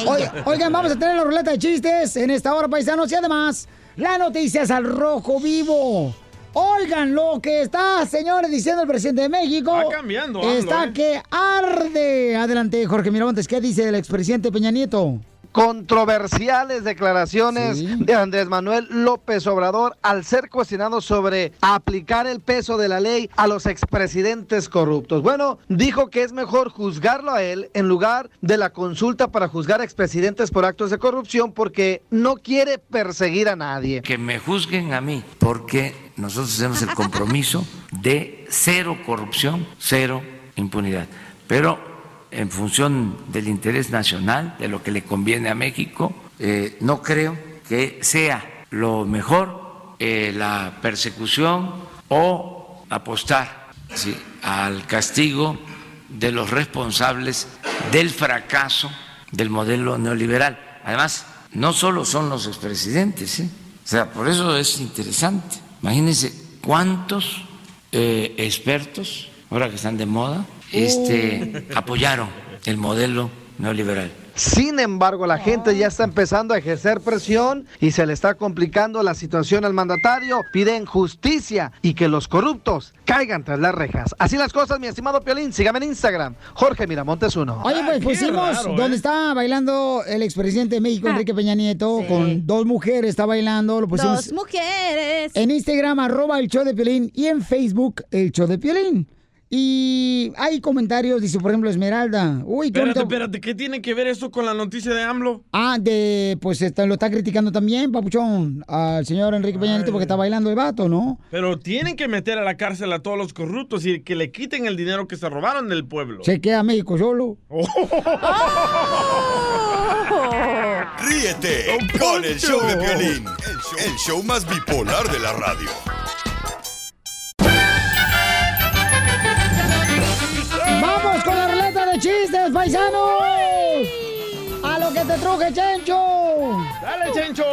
S1: Oiga- oigan, vamos a tener la ruleta de chistes en esta hora, paisanos. Y además, la noticia es al rojo vivo. Oigan lo que está, señores, diciendo el presidente de México.
S2: Va cambiando, AMLO,
S1: Está
S2: ¿eh?
S1: que arde. Adelante, Jorge Miramontes. ¿Qué dice el expresidente Peña Nieto?
S3: Controversiales declaraciones de Andrés Manuel López Obrador al ser cuestionado sobre aplicar el peso de la ley a los expresidentes corruptos. Bueno, dijo que es mejor juzgarlo a él en lugar de la consulta para juzgar a expresidentes por actos de corrupción porque no quiere perseguir a nadie.
S18: Que me juzguen a mí, porque nosotros tenemos el compromiso de cero corrupción, cero impunidad. Pero en función del interés nacional, de lo que le conviene a México, eh, no creo que sea lo mejor eh, la persecución o apostar sí, al castigo de los responsables del fracaso del modelo neoliberal. Además, no solo son los expresidentes, ¿eh? o sea, por eso es interesante. Imagínense cuántos eh, expertos, ahora que están de moda, este, apoyaron el modelo neoliberal.
S3: Sin embargo, la gente ya está empezando a ejercer presión y se le está complicando la situación al mandatario. Piden justicia y que los corruptos caigan tras las rejas. Así las cosas, mi estimado Piolín. Sígame en Instagram, Jorge Miramontes 1.
S1: Oye, pues pusimos donde
S6: ¿eh?
S1: está bailando el expresidente de
S6: Ah,
S1: México, Enrique Peña Nieto, con dos mujeres, está bailando, lo pusimos
S6: Dos mujeres.
S1: en Instagram, arroba el show de Piolín, y en Facebook, el show de Piolín. Y hay comentarios, dice, por ejemplo, Esmeralda. Uy, qué
S2: Espérate,
S1: bonito.
S2: espérate, ¿qué tiene que ver eso con la noticia de AMLO?
S1: Ah, de, pues está- lo está criticando también, papuchón, al señor Enrique Peña Nieto porque está bailando el vato, ¿no?
S2: Pero tienen que meter a la cárcel a todos los corruptos y que le quiten el dinero que se robaron del pueblo.
S1: Se queda México solo.
S6: Oh,
S5: Ríete con el show de Piolín, el show, el show más bipolar de la radio.
S1: ¡Vamos con la ruleta de chistes, paisanos! ¡A lo que te truje, Chencho!
S2: ¡Dale, Chencho!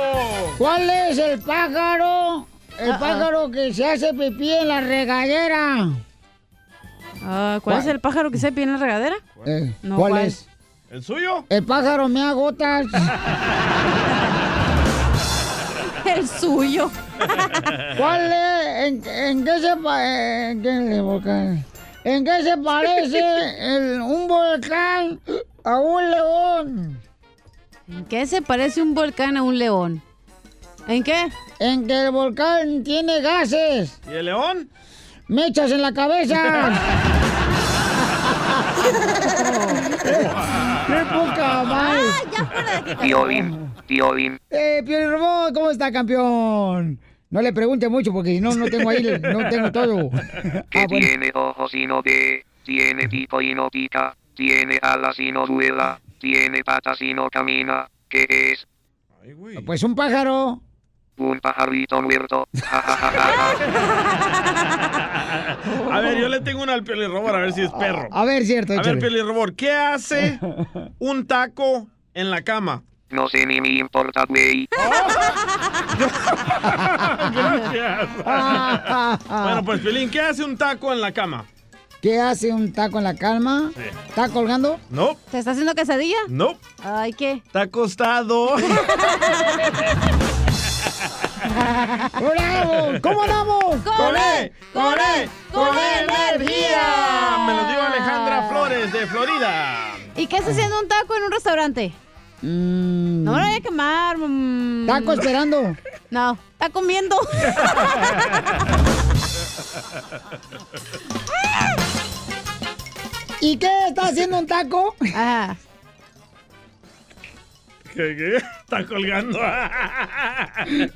S1: ¿Cuál es el pájaro? El
S6: Ah, ah.
S1: pájaro que se hace pipí en la regadera.
S6: Ah, ¿Cuál es el pájaro que se pide en la regadera?
S1: Eh,
S6: No,
S1: ¿Cuál
S6: ¿cuál?
S1: es?
S2: ¿El suyo?
S1: El pájaro me agotas.
S6: El suyo.
S1: ¿Cuál es? ¿En, en qué se pa- eh, en qué- volcán? ¿En qué se parece el- un volcán a un león?
S6: ¿En qué se parece un volcán a un león? ¿En qué?
S1: En que el volcán tiene gases.
S2: ¿Y el león?
S1: ¡Mechas en la cabeza! ¡Qué poca madre!
S6: Ah,
S11: Tío Bim, tío Bim.
S1: ¡Eh, Piolín Robot! ¿Cómo está, campeón? No le pregunte mucho porque si no, no tengo ahí, no tengo todo.
S11: Que tiene ojos y no ve, tiene pico y no pica, tiene alas y no vuela, tiene patas y no camina. ¿Qué es?
S1: Pues un pájaro.
S11: Un pajarito muerto. Ja, ja, ja, ja, ja.
S2: A ver, yo le tengo una al pelirrobor, a ver si es perro.
S1: A ver, cierto,
S2: A ver,
S1: échale.
S2: pelirrobor, ¿qué hace un taco en la cama?
S11: No sé ni me importa, güey.
S2: Gracias. bueno, pues, Pelín, ¿qué hace un taco en la cama?
S1: ¿Qué hace un taco en la calma?
S2: Sí.
S1: ¿Está colgando?
S2: No,
S6: ¿Te está haciendo quesadilla?
S2: no,
S6: Ay, ¿qué?
S2: está acostado.
S1: ¡Bravo! ¿Cómo andamos?
S2: ¡Con él! ¡Con él! ¡Con energía! Me lo dio Alejandra Flores de Florida.
S19: Eh,
S6: ¿Y qué está haciendo un taco en un restaurante? No me lo voy a quemar. mm.
S1: Taco esperando.
S6: No, está comiendo.
S1: ¿Y qué está haciendo un taco?
S2: ¿Qué, qué? Está colgando.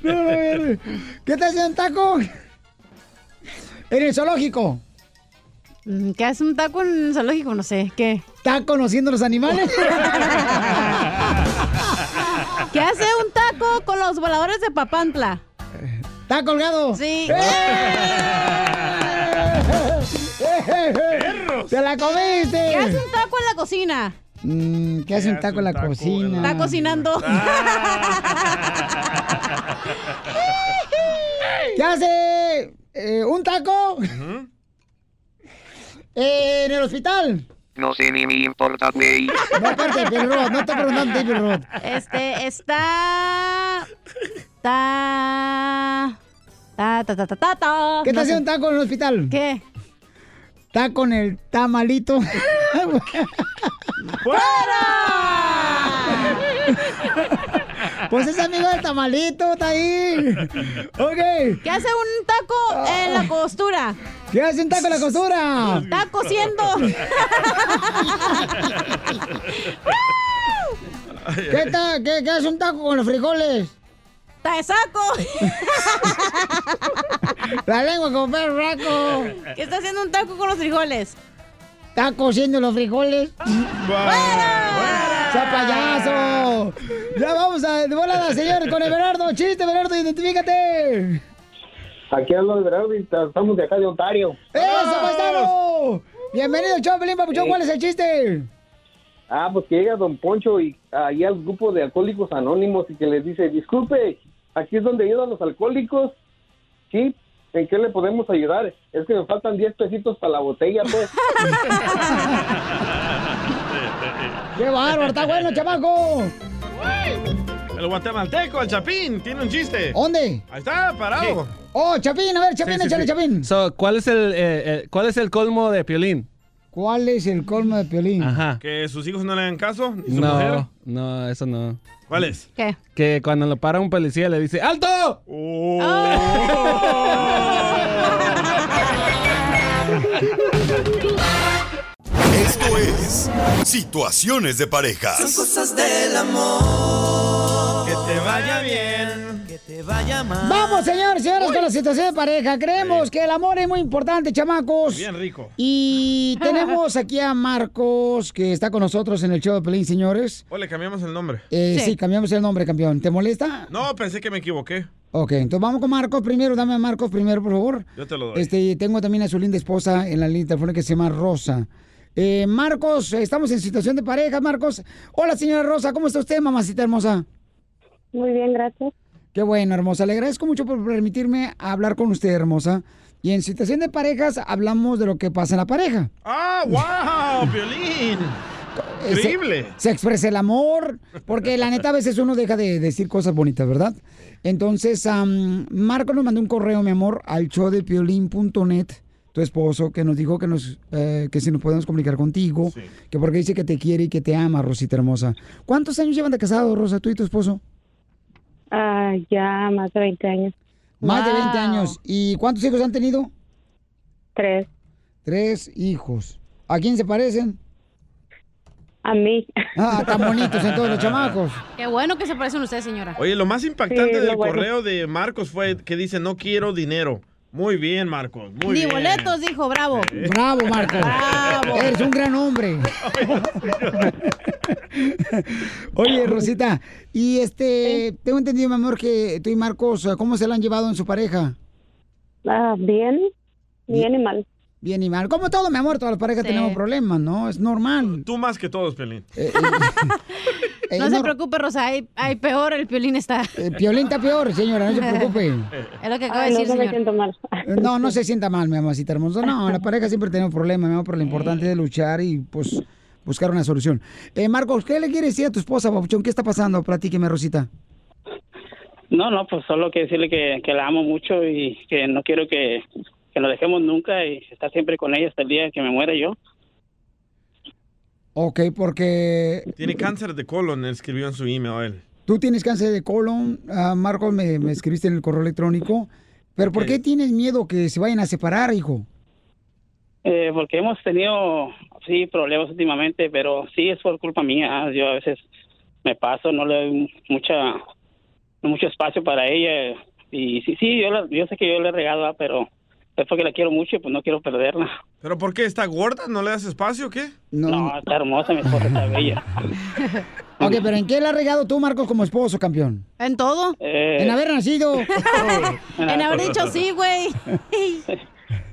S1: No, no, no. ¿Qué está haciendo un taco? En el zoológico.
S6: Mm, ¿Qué hace un taco en un zoológico? No sé, ¿qué?
S1: ¿Está conociendo los animales?
S6: ¿Qué hace un taco con los voladores de Papantla?
S1: ¿Está colgado? Eh,
S6: Sí.
S1: eh. ¡Te la comiste!
S6: ¿Qué hace un taco en la cocina?
S1: Mm, ¿Qué hace un taco en la cocina?
S6: Está cocinando.
S12: Ah.
S1: ¿Qué hace eh, un taco? Eh, en el hospital.
S11: No sé ni me importa, güey.
S1: No, aparte, Pirrot, no te preguntando a ti, Pirrot.
S6: Este está. Ta. Ta, ta, ta, ta, ta, ta.
S1: ¿Qué
S6: No
S1: está
S6: sé.
S1: haciendo un taco en el hospital?
S6: ¿Qué?
S1: Está con el tamalito. pues ese amigo del tamalito está ahí. Ok.
S6: ¿Qué hace un taco en la costura?
S1: ¿Qué hace un taco en la costura?
S6: Está cosiendo.
S1: ¿Qué, ta- qué- qué hace un taco con los frijoles?
S6: ¡Te saco!
S1: La lengua como perro raco.
S6: ¿Qué está haciendo un taco con los frijoles?
S1: Está cociendo los frijoles. ¡Sea payaso! Ya vamos a de volada, señor, con el Bernardo. Chiste, Bernardo, identifícate.
S20: Aquí hablo de Verónica, estamos de acá de Ontario.
S1: ¡Eso, paisano! Bienvenido, Choplin, papuchón.
S20: Sí.
S1: ¿Cuál es el chiste?
S20: Ah, pues que llega Don Poncho y ahí al grupo de alcohólicos anónimos y que les dice, disculpe, aquí es donde ayudan los alcohólicos. Sí, ¿En qué le podemos ayudar? Es que me faltan 10 pesitos para la botella, pues.
S19: eh.
S1: ¡Qué bárbaro! ¡Está bueno, chamaco!
S2: El guatemalteco, el Chapín, tiene un chiste.
S1: ¿Dónde?
S2: Ahí está, parado.
S1: Oh, Chapín, a ver, Chapín,
S19: Sí, sí,
S1: échale,
S19: sí.
S1: Chapín.
S19: So, ¿cuál, es el, eh, eh, ¿Cuál es el colmo de Piolín?
S1: ¿Cuál es el colmo de Piolín?
S19: Ajá.
S2: Que sus hijos no le hagan caso, ni su mujer.
S19: No, no, eso no.
S2: ¿Cuál es?
S6: ¿Qué?
S19: Que cuando lo para un policía le dice ¡Alto!
S2: Oh.
S11: Oh.
S5: Esto es Situaciones de Parejas.
S15: Cosas del amor.
S2: Que te vaya bien.
S15: Que te vaya mal.
S1: Vamos, señores, señores, con la situación de pareja. Creemos que el amor es muy importante, chamacos.
S2: Bien rico.
S1: Y tenemos aquí a Marcos, que está con nosotros en el show de Pelín, señores.
S2: ¿O le cambiamos el nombre?
S1: Eh, sí. cambiamos el nombre, campeón. ¿Te molesta?
S2: No, pensé que me equivoqué.
S1: Ok, entonces vamos con Marcos primero. Dame a Marcos primero, por favor.
S2: Yo te lo doy.
S1: Este, tengo también a su linda esposa en la línea telefónica que se llama Rosa. Eh, Marcos, estamos en situación de pareja, Marcos. Hola, señora Rosa, ¿cómo está usted, mamacita hermosa?
S21: Muy bien, gracias.
S1: Qué bueno, hermosa. Le agradezco mucho por permitirme hablar con usted, hermosa. Y en situación de parejas hablamos de lo que pasa en la pareja.
S2: ¡Ah, wow! ¡Violín!
S1: Eh, se-
S2: ¡Increíble!
S1: Se, expresa el amor, porque la neta a veces uno deja de decir cosas bonitas, ¿verdad? Entonces, am, Marco nos mandó un correo, mi amor, al showdepiolín.net, tu esposo, que nos dijo que, nos, eh, que si nos podemos comunicar contigo, que porque dice que te quiere y que te ama, Rosita hermosa. ¿Cuántos años llevan de casado, Rosa, tú y tu esposo?
S21: Ah, ya más de 20 años.
S1: Más de 20 años. ¿Y cuántos hijos han tenido?
S21: Tres.
S1: Tres hijos. ¿A quién se parecen?
S21: A mí.
S1: Ah, tan bonitos en todos los chamacos.
S6: Qué bueno que se parecen ustedes, señora.
S2: Oye, lo más impactante
S6: Sí, lo
S2: del
S6: bueno.
S2: correo de Marcos fue que dice, no quiero dinero. Muy bien, Marcos, muy
S6: Ni
S2: bien. Eh.
S6: boletos, dijo, bravo.
S1: Bravo, Eh, Marco.
S6: Bravo.
S1: Eres un gran hombre. Oye, Rosita, y este, tengo entendido, mi amor, que tú y Marcos, ¿cómo se la han llevado en su pareja?
S21: Ah, bien, bien y mal.
S1: Bien y mal. Como todo, mi amor, todas las parejas
S6: Sí.
S1: tenemos problemas, ¿no? Es normal.
S2: Tú más que todos, Pelín.
S1: Eh,
S6: No se
S1: no-
S6: preocupe, Rosa, hay, hay peor, el piolín está.
S1: Eh, Piolín está peor, señora, no se preocupe.
S6: Es lo que acaba de decir, señor.
S1: No, no se sienta mal, mi amorcita hermosa. No, la pareja siempre tiene un problema, mi amor, pero lo importante es luchar y, pues, buscar una solución. Eh, Marcos, ¿qué le quieres decir a tu esposa, Papuchón? ¿Qué está pasando? Platíqueme, Rosita.
S22: No, no, pues solo que decirle que, que la amo mucho y que no quiero que, que nos dejemos nunca y estar siempre con ella hasta el día que me muera yo.
S1: Ok, porque
S2: Tiene cáncer de colon, escribió en su email él.
S1: tú tienes cáncer de colon, ah, Marcos, me, me escribiste en el correo electrónico, pero ¿por qué tienes miedo que se vayan a separar, hijo?
S22: Eh, porque hemos tenido, sí, problemas últimamente, pero sí es por culpa mía. Yo a veces me paso, no le doy mucha, mucho espacio para ella. Y sí, sí, yo, la- yo sé que yo le regalo, pero es porque la quiero mucho y pues no quiero perderla.
S2: ¿Pero por qué? ¿Está gorda? ¿No le das espacio o qué?
S1: No,
S22: está hermosa, mi esposa está bella.
S1: Ok, pero ¿en qué le has regado tú, Marcos, como esposo, campeón?
S6: ¿En todo?
S22: Eh,
S1: En haber nacido.
S6: En haber dicho sí, güey.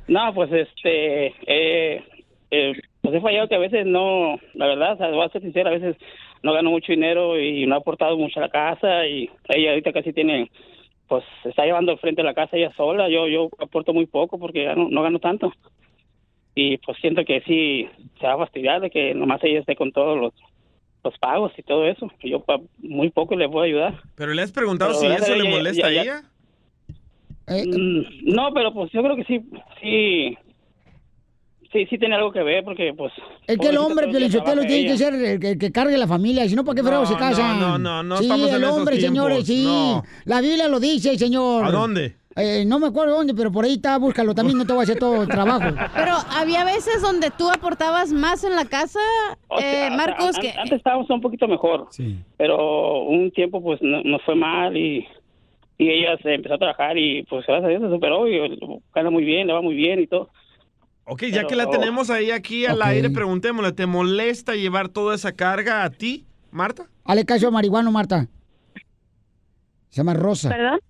S22: No, pues este, eh, eh, pues he fallado que a veces no, la verdad, o sea, voy a ser sincero, a veces no gano mucho dinero y no ha aportado mucho a la casa y ella ahorita casi tiene, pues se está llevando al frente de la casa ella sola, yo yo aporto muy poco porque gano- no gano tanto y pues siento que sí se va a fastidiar de que nomás ella esté con todos los, los pagos y todo eso, y yo pa- muy poco le puedo ayudar.
S2: ¿Pero le has preguntado
S22: Pero
S2: si
S22: gracias
S2: eso
S22: a
S2: le
S22: ella, ya-
S2: molesta
S22: ya-
S2: a ella?
S1: Eh,
S22: Mm, No, pero pues yo creo que sí, sí, sí, sí tiene algo que ver porque pues...
S1: Es que el
S22: pobrecita
S1: hombre,
S22: todo día
S1: Pelichotelo,
S22: trabaja
S1: tiene
S22: ella.
S1: que ser el que, el que cargue la familia, si no, ¿para qué fregados se casan?
S2: no, no, no
S1: Sí,
S2: estamos en
S1: el
S2: esos
S1: hombre,
S2: tiempos,
S1: señores, sí.
S2: no.
S1: La Biblia lo dice, señor.
S2: ¿A dónde?
S1: Eh, no me acuerdo dónde, pero por ahí está, búscalo también, no te voy a hacer todo el trabajo.
S6: Pero había veces donde tú aportabas más en la casa,
S22: O sea,
S6: eh,
S22: an-
S6: Marcos,
S22: an-
S6: que...
S22: Antes estábamos un poquito mejor, pero un tiempo pues no- nos fue mal y, y ella se empezó a trabajar y pues gracias a Dios se superó y eh, gana muy bien, le va muy bien y todo.
S2: Ok, ya
S22: Pero-
S2: que la tenemos ahí aquí al
S22: Ok.
S2: aire, preguntémosle, ¿te molesta llevar toda esa carga a ti, Marta?
S1: Hale caso a marihuano, Marta. Se llama Rosa.
S21: ¿Perdón?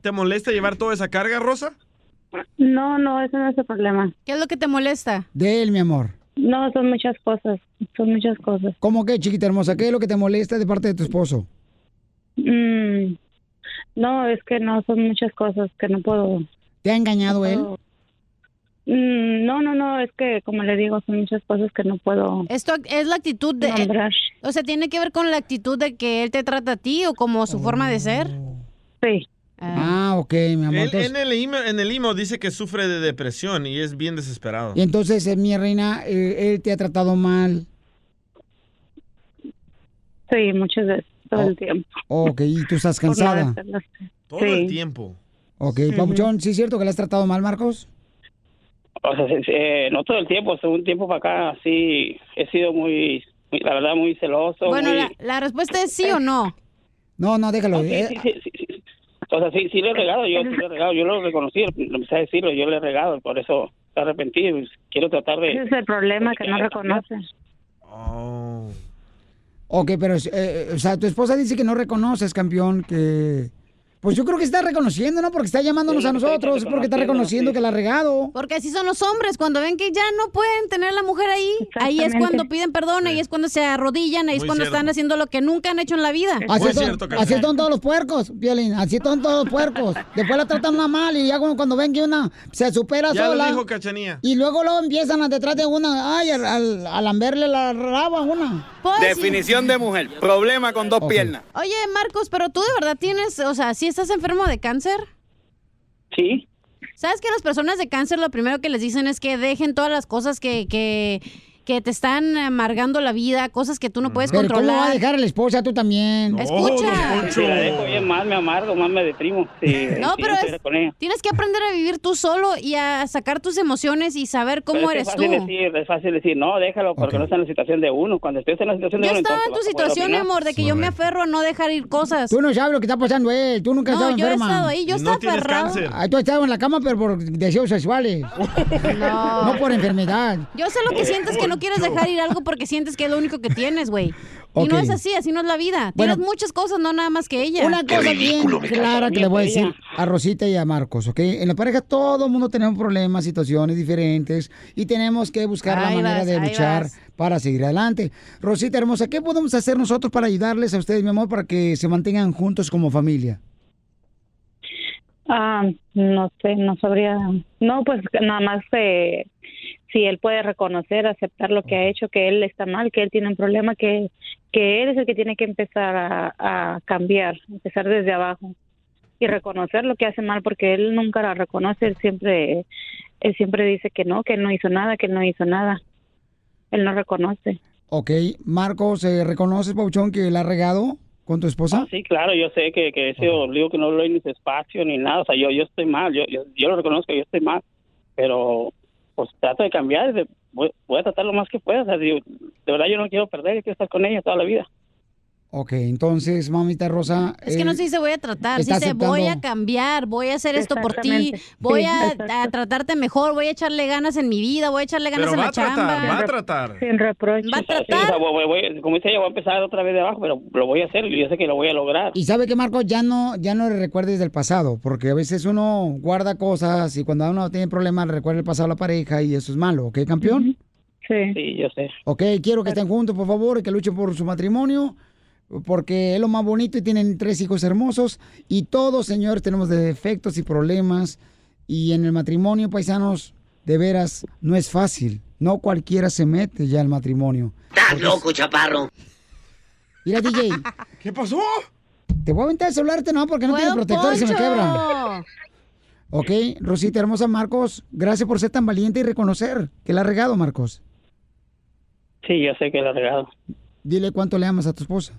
S2: ¿Te molesta llevar toda esa carga, Rosa?
S21: No, no, ese no es el problema.
S6: ¿Qué es lo que te molesta?
S1: De él, mi amor.
S21: No, son muchas cosas, son muchas cosas.
S1: ¿Cómo qué, chiquita hermosa? ¿Qué es lo que te molesta de parte de tu esposo?
S21: Mm, no, es que no, son muchas cosas que no puedo
S1: ¿Te ha engañado él?
S21: Mm, No, no, no, es que como le digo, son muchas cosas que no puedo.
S1: Eh.
S6: Esto es la actitud de...
S21: Nombrar.
S6: O sea, ¿tiene que ver con la actitud de que él te trata a ti o como su forma de ser?
S21: Sí.
S1: Oh. Ah, ok, mi amor.
S2: Él-
S1: entonces-
S2: en, el email, en el email dice que sufre de depresión y es bien desesperado.
S1: y entonces, eh, mi reina, eh, él te ha tratado mal.
S21: Sí, muchas veces, todo
S1: Oh,
S21: el tiempo.
S1: Ok, y tú estás cansada.
S21: Por no hacerlas.
S2: Todo
S21: Sí.
S2: el tiempo.
S1: Ok, Papuchón, ¿sí es cierto que le has tratado mal, Marcos?
S22: O sea, se- se- no todo el tiempo, hace un tiempo para acá sí he sido muy, muy- la verdad, muy celoso.
S6: Bueno,
S22: muy,
S6: la, la respuesta es sí o no.
S1: No, no, déjalo. eh,
S22: O sea, sí, sí lo he regado, yo sí lo he regado, yo lo reconocí, lo empecé a decirlo, yo lo he regado, por eso está arrepentido. y Quiero tratar de...
S21: Ese es el problema que no
S22: Eh.
S21: reconoce.
S1: Oh. Ok, pero, eh, o sea, tu esposa dice que no reconoces, campeón, que... Pues yo creo que está reconociendo, ¿no? Porque está llamándonos
S6: Sí,
S1: a
S6: estoy
S1: nosotros, porque
S6: reconociendo,
S1: está reconociendo que la ha regado.
S6: Porque así son los hombres, cuando ven que ya no pueden tener a la mujer ahí, ahí es
S1: Exactamente.
S6: cuando piden perdón, ahí es cuando se arrodillan, ahí es
S1: Muy
S6: cuando
S1: cierto.
S6: están haciendo lo que nunca han hecho en la vida.
S1: Así, son, así son todos los puercos, Violín. Así son todos los puercos. Después la tratan una mal y ya cuando, cuando ven que una se supera
S2: Ya lo
S1: sola.
S2: dijo Cachanía.
S1: Y luego luego empiezan a detrás de una, ay, al, al, a lamberle la raba a una.
S23: Definición de mujer. Problema con dos piernas.
S6: Pues Oye, Marcos, pero tú de verdad tienes, o sea, ¿sí estás enfermo de cáncer?
S23: Sí.
S6: ¿Sabes que las personas de cáncer lo primero que les dicen es que dejen todas las cosas que, que, que te están amargando la vida, cosas que tú no puedes
S1: Pero ¿cómo va a
S6: controlar?
S1: dejar a la esposa tú también?
S22: Si la dejo bien más, me amargo, más me deprimo. Sí,
S6: No,
S22: sí,
S6: pero
S22: estuviera
S6: es-
S22: con ella.
S6: tienes que aprender a vivir tú solo y a sacar tus emociones y saber cómo
S22: Pero es que es
S6: eres tú.
S22: fácil Decir, es fácil decir, no, déjalo, porque no está en la situación de uno. Cuando estés en la situación de
S6: Yo
S22: uno,
S6: estaba en tu
S22: entonces vas a poder
S6: situación, mi
S22: opinar.
S6: amor, de que yo me aferro a no dejar ir cosas.
S1: Tú no sabes lo que está pasando él. Tú nunca has
S6: No,
S1: estado
S6: yo he
S1: enferma.
S6: estado ahí, yo Y no estaba tienes aferrado. cáncer.
S1: Ay, tú has estado en la cama, pero por deseos sexuales. no. por enfermedad.
S6: Yo sé
S22: Eh,
S6: lo que sientes que no quieres dejar ir algo porque sientes que es lo único que tienes, güey. Y no
S1: Ok.
S6: es así, así no es la vida.
S1: Bueno.
S6: tienes muchas cosas, no nada más que ella.
S1: Una cosa bien clara que le voy a decir a Rosita y a Marcos, ¿ok? En la pareja todo el mundo tenemos problemas, situaciones diferentes y tenemos que buscar la
S4: Ahí
S1: manera
S4: vas,
S1: de
S4: ahí
S1: luchar
S4: vas.
S1: para seguir adelante. Rosita hermosa, ¿qué podemos hacer nosotros para ayudarles a ustedes, mi amor, para que se mantengan juntos como familia?
S21: Ah, no sé, no sabría. No, pues nada más eh, si él puede reconocer, aceptar lo que ha hecho, que él está mal, que él tiene un problema, que, que él es el que tiene que empezar a, a cambiar, empezar desde abajo y reconocer lo que hace mal, porque él nunca la reconoce, él siempre, él siempre dice que no, que él no hizo nada, que él no hizo nada. Él no reconoce.
S1: ¿Ok? Marcos, eh, ¿reconoces, Pauchón, que la ha regado con tu esposa?
S22: Sí, claro, yo sé que, que ese obligo que no lo doy ni espacio ni nada. O sea, yo, yo estoy mal, yo, yo, yo lo reconozco, yo estoy mal. Pero pues trato de cambiar, de- voy, voy a tratar lo más que pueda. O sea, digo, de verdad yo no quiero perder, yo quiero estar con ella toda la vida.
S1: Ok, entonces, mamita Rosa...
S6: Es que
S1: eh,
S6: no se dice voy a tratar, se
S1: está
S6: dice voy a
S1: aceptando.
S6: cambiar, voy a hacer esto por ti,
S1: Exactamente.
S6: voy
S1: Sí,
S6: a,
S1: exacto.
S6: a tratarte mejor, voy a echarle ganas en mi vida, voy a echarle ganas
S22: Pero
S6: en
S22: va
S6: la
S22: a tratar,
S6: chamba.
S22: va a tratar.
S21: Sin reproche.
S6: Va a
S22: Sí, o sea, voy- voy- voy- como dice ella, voy a empezar otra vez de abajo, pero lo voy a hacer y yo sé que lo voy a lograr.
S1: Y sabe que Marcos ya no, ya no le recuerdes del pasado, porque a veces uno guarda cosas y cuando uno tiene problemas le recuerda el pasado a la pareja y eso es malo, ¿ok, campeón?
S21: Sí.
S22: Sí, yo sé.
S1: Ok, quiero que estén juntos, por favor, y que luchen por su matrimonio, porque es lo más bonito y tienen tres hijos hermosos y todos, señores, tenemos defectos y problemas y en el matrimonio, paisanos, de veras, no es fácil. No cualquiera se mete ya al matrimonio.
S24: ¡Estás loco, chaparro!
S1: Mira, DJ.
S2: ¿Qué pasó?
S1: Te voy a aventar el celular, no, porque no tiene protector y se me quebra. Ok, Rosita hermosa Marcos, gracias por ser tan valiente y reconocer que la ha regado, Marcos.
S22: Sí, yo sé que lo he regado.
S1: Dile cuánto le amas a tu esposa.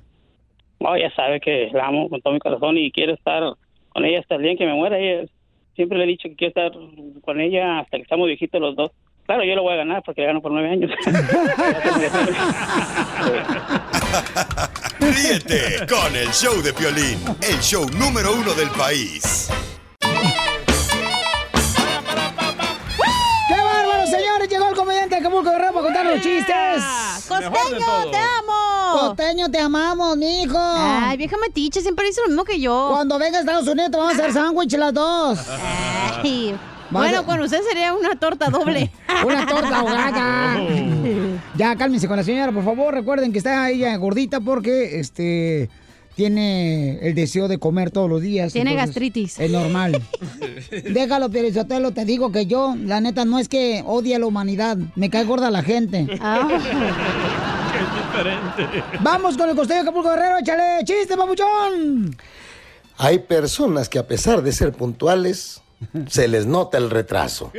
S22: No, ella sabe que la amo con todo mi corazón y quiero estar con ella hasta el día en que me muera. Ella- siempre le he dicho que quiero estar con ella hasta que estamos viejitos los dos. Claro, yo lo voy a ganar porque le gano por nueve años.
S5: Ríete con el show de Piolín, el show número uno del país.
S1: ¡Qué bárbaro, señores! Llegó el comediante de Acapulco Guerrero para contar los chistes.
S6: ¡Costeño, te amo!
S1: ¡Costeño, te amamos, mijo!
S6: Ay, vieja metiche, siempre dice lo mismo que yo.
S1: Cuando venga a Estados Unidos te vamos a hacer sándwich las dos.
S6: Ay. Bueno, con usted sería una torta doble.
S1: Una torta ahogada.
S6: Oh.
S1: ya, cálmense con la señora, por favor. Recuerden que está ella gordita porque, este... tiene el deseo de comer todos los días.
S6: Tiene
S1: entonces
S6: gastritis.
S1: Es normal. Déjalo, Pielizotelo, te digo que yo, la neta, no es que odie a la humanidad, me cae gorda la gente.
S8: Es diferente.
S1: Vamos con el costeño de Acapulco Guerrero, échale chiste, papuchón.
S4: Hay personas que a pesar de ser puntuales, se les nota el retraso,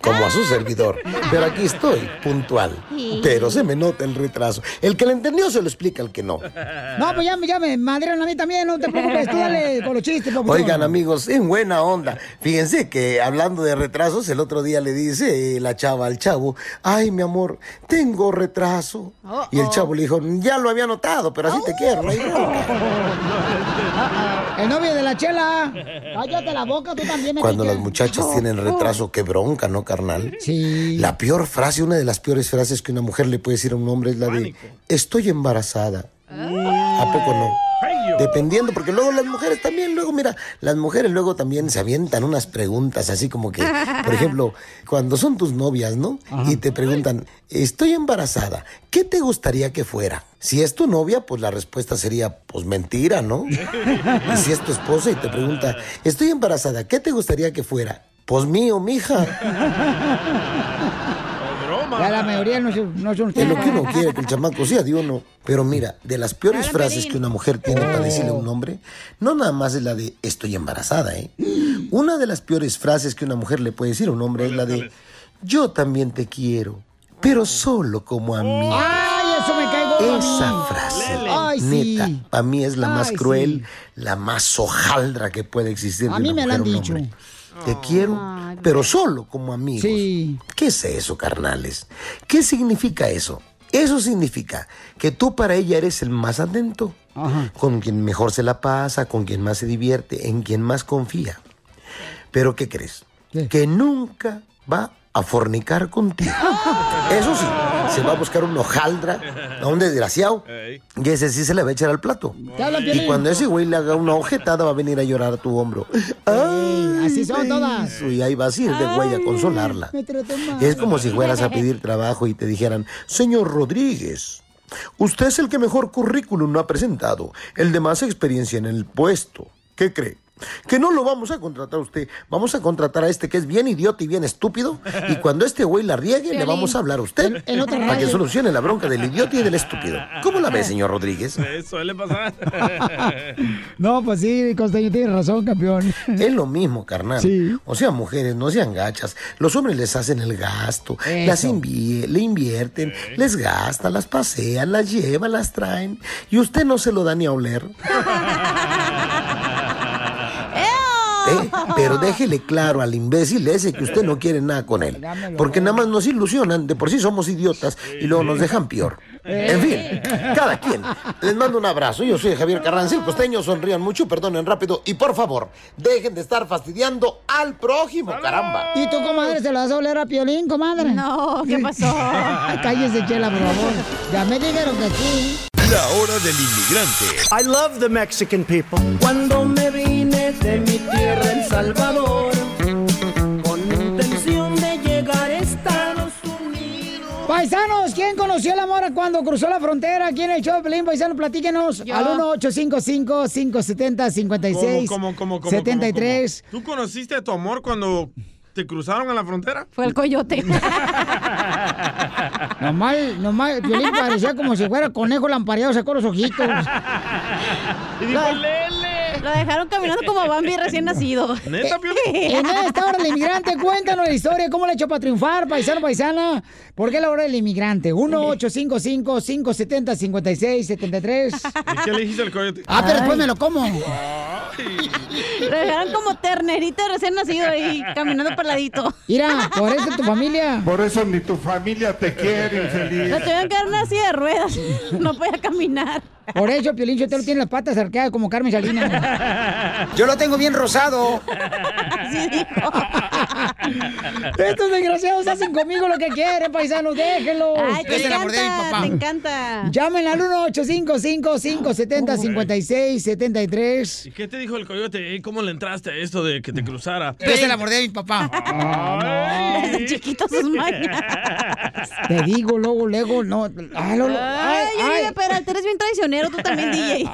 S4: como a su servidor. Pero aquí estoy, puntual. Pero se me nota el retraso. El que le entendió se lo explica al que no.
S1: No, pues ya, me- ya me madrieron a mí también, no te preocupes, tú dale con los chistes, papuchón.
S4: Oigan amigos, en buena onda. Fíjense que hablando de retrasos, el otro día le dice eh, la chava al chavo, ay mi amor, tengo retraso. Y el chavo le dijo, ya lo había notado, pero así te quiero. no hay bronca".
S1: El novio de la chela. Cállate la boca, tú también me
S4: Cuando las muchachas tienen retraso, qué bronca, ¿no, carnal?
S1: Sí.
S4: La peor frase, una de las peores frases que una mujer le puede decir a un hombre es la de, estoy embarazada. ¿A poco no? Dependiendo, porque luego las mujeres también, luego mira, las mujeres luego también se avientan unas preguntas, así como que, por ejemplo, cuando son tus novias, ¿no? Y te preguntan, estoy embarazada, ¿qué te gustaría que fuera? Si es tu novia, pues la respuesta sería, pues mentira, ¿no? Y si es tu esposa y te pregunta, estoy embarazada, ¿qué te gustaría que fuera? Pues mío, mija.
S1: Ya la mayoría no, son- no son
S4: Es lo que uno quiere, que el chamaco sea de uno. Pero mira, de las peores frases que una mujer tiene para decirle a
S1: Oh.
S4: un hombre, no nada más es la de estoy embarazada, ¿eh? Una de las peores frases que una mujer le puede decir a un hombre es la de yo también te quiero, pero solo como a mí.
S1: ¡Ay, eso me cae gordo! a mí!
S4: Esa frase,
S1: ¡Ay, sí!
S4: neta, para mí es la más
S1: Ay,
S4: cruel, la más hojaldra que puede existir.
S1: A
S4: de
S1: mí
S4: una
S1: me la han
S4: mujer a un
S1: dicho. pues
S4: hombre. Te quiero, pero solo como amigos. ¿Qué es eso, carnales? ¿Qué significa eso? Eso significa que tú para ella eres el más atento, con quien mejor se la pasa, con quien más se divierte, en quien más confía. Pero ¿qué crees? Que nunca va a fornicar contigo. Eso sí, se va a buscar un hojaldra a un desgraciado y ese sí se le va a echar al plato.
S1: Te habla,
S4: Y
S1: Piolín.
S4: cuando ese güey le haga una ojetada va a venir a llorar a tu hombro. Ay,
S1: así son
S4: me
S1: todas.
S4: hizo. Y ahí vas a ir de güey a consolarla.
S1: Me trató mal.
S4: Es como si fueras a pedir trabajo y te dijeran, señor Rodríguez, usted es el que mejor currículum no ha presentado, el de más experiencia en el puesto. ¿Qué cree? Que no lo vamos a contratar a usted, vamos a contratar a este que es bien idiota y bien estúpido, y cuando este güey la riegue le
S1: Piolín.
S4: vamos a hablar a usted
S1: En- en otra
S4: para que
S1: radio.
S4: solucione la bronca del idiota y del estúpido. ¿Cómo la ve, señor Rodríguez?
S2: Eh, suele pasar.
S1: No, pues sí, Costeño, tienes razón, campeón.
S4: Es lo mismo, carnal.
S1: Sí.
S4: O sea, mujeres, no sean gachas. Los hombres les hacen el gasto,
S1: Eso.
S4: las invie- le invierten, les gastan, las pasean, las llevan, las traen. Y usted no se lo da ni a oler. ¿Eh? Pero déjele claro al imbécil ese que usted no quiere nada con él. Porque nada más nos ilusionan, de por sí somos idiotas y luego nos dejan peor. En fin, cada quien. Les mando un abrazo. Yo soy Javier Carranza, el costeño. Sonrían mucho, perdonen rápido y por favor, dejen de estar fastidiando al prójimo, caramba.
S1: ¿Y tú, comadre, se la vas a oler a Piolín, comadre? No, ¿qué pasó? Cállese, chela, por favor. Ya me dijeron que sí.
S5: La hora del inmigrante.
S12: I love the Mexican people. Cuando me vine de mi tierra El Salvador, con intención de llegar a Estados
S1: Paisanos, ¿quién conoció la mora cuando cruzó la frontera? Aquí en el show de Pelín, paisano, platíquenos al 1-855-570-5673.
S2: ¿Cómo, cómo, cómo, cómo, cómo, cómo? ¿Tú conociste a tu amor cuando te cruzaron a la frontera?
S6: Fue el coyote.
S1: Nomás, nomás, el Piolín parecía como si fuera conejo lampareado, sacó los ojitos.
S6: Lo- Lo dejaron caminando como Bambi recién nacido.
S1: En esta hora del inmigrante, cuéntanos la historia, cómo le echó para triunfar, paisano, paisana. ¿Por qué la hora del inmigrante? 1-855-570-5673.
S2: ¿Y qué le dijiste al coyote?
S1: Ah, pero después me lo como.
S6: Lo dejaron como ternerito recién nacido y caminando peladito.
S1: Mira, por eso tu familia.
S24: Por eso ni tu familia te quiere, infeliz.
S6: Lo tuvieron que dar una silla de ruedas. No podía caminar.
S1: Por eso Piolín Sotelo tiene las patas arqueadas como Carmen Salinas. Yo lo tengo bien rosado. Estos desgraciados hacen conmigo lo que quieren, paisanos, déjenlos. Este
S6: Ay, te Désela por encanta, débil, papá. te encanta.
S1: Llamen al 1-855-570-5673.
S2: ¿Y qué te dijo el coyote? Ey, ¿Cómo le entraste a esto de que te cruzara? Ah,
S1: Désela por débil, papá.
S6: Desde chiquito sus mañas.
S1: Te digo, luego, luego, no. ah, Ay, Lolo, ay, ay, ay,
S6: Peralta, eres bien traicionero tú también, DJ.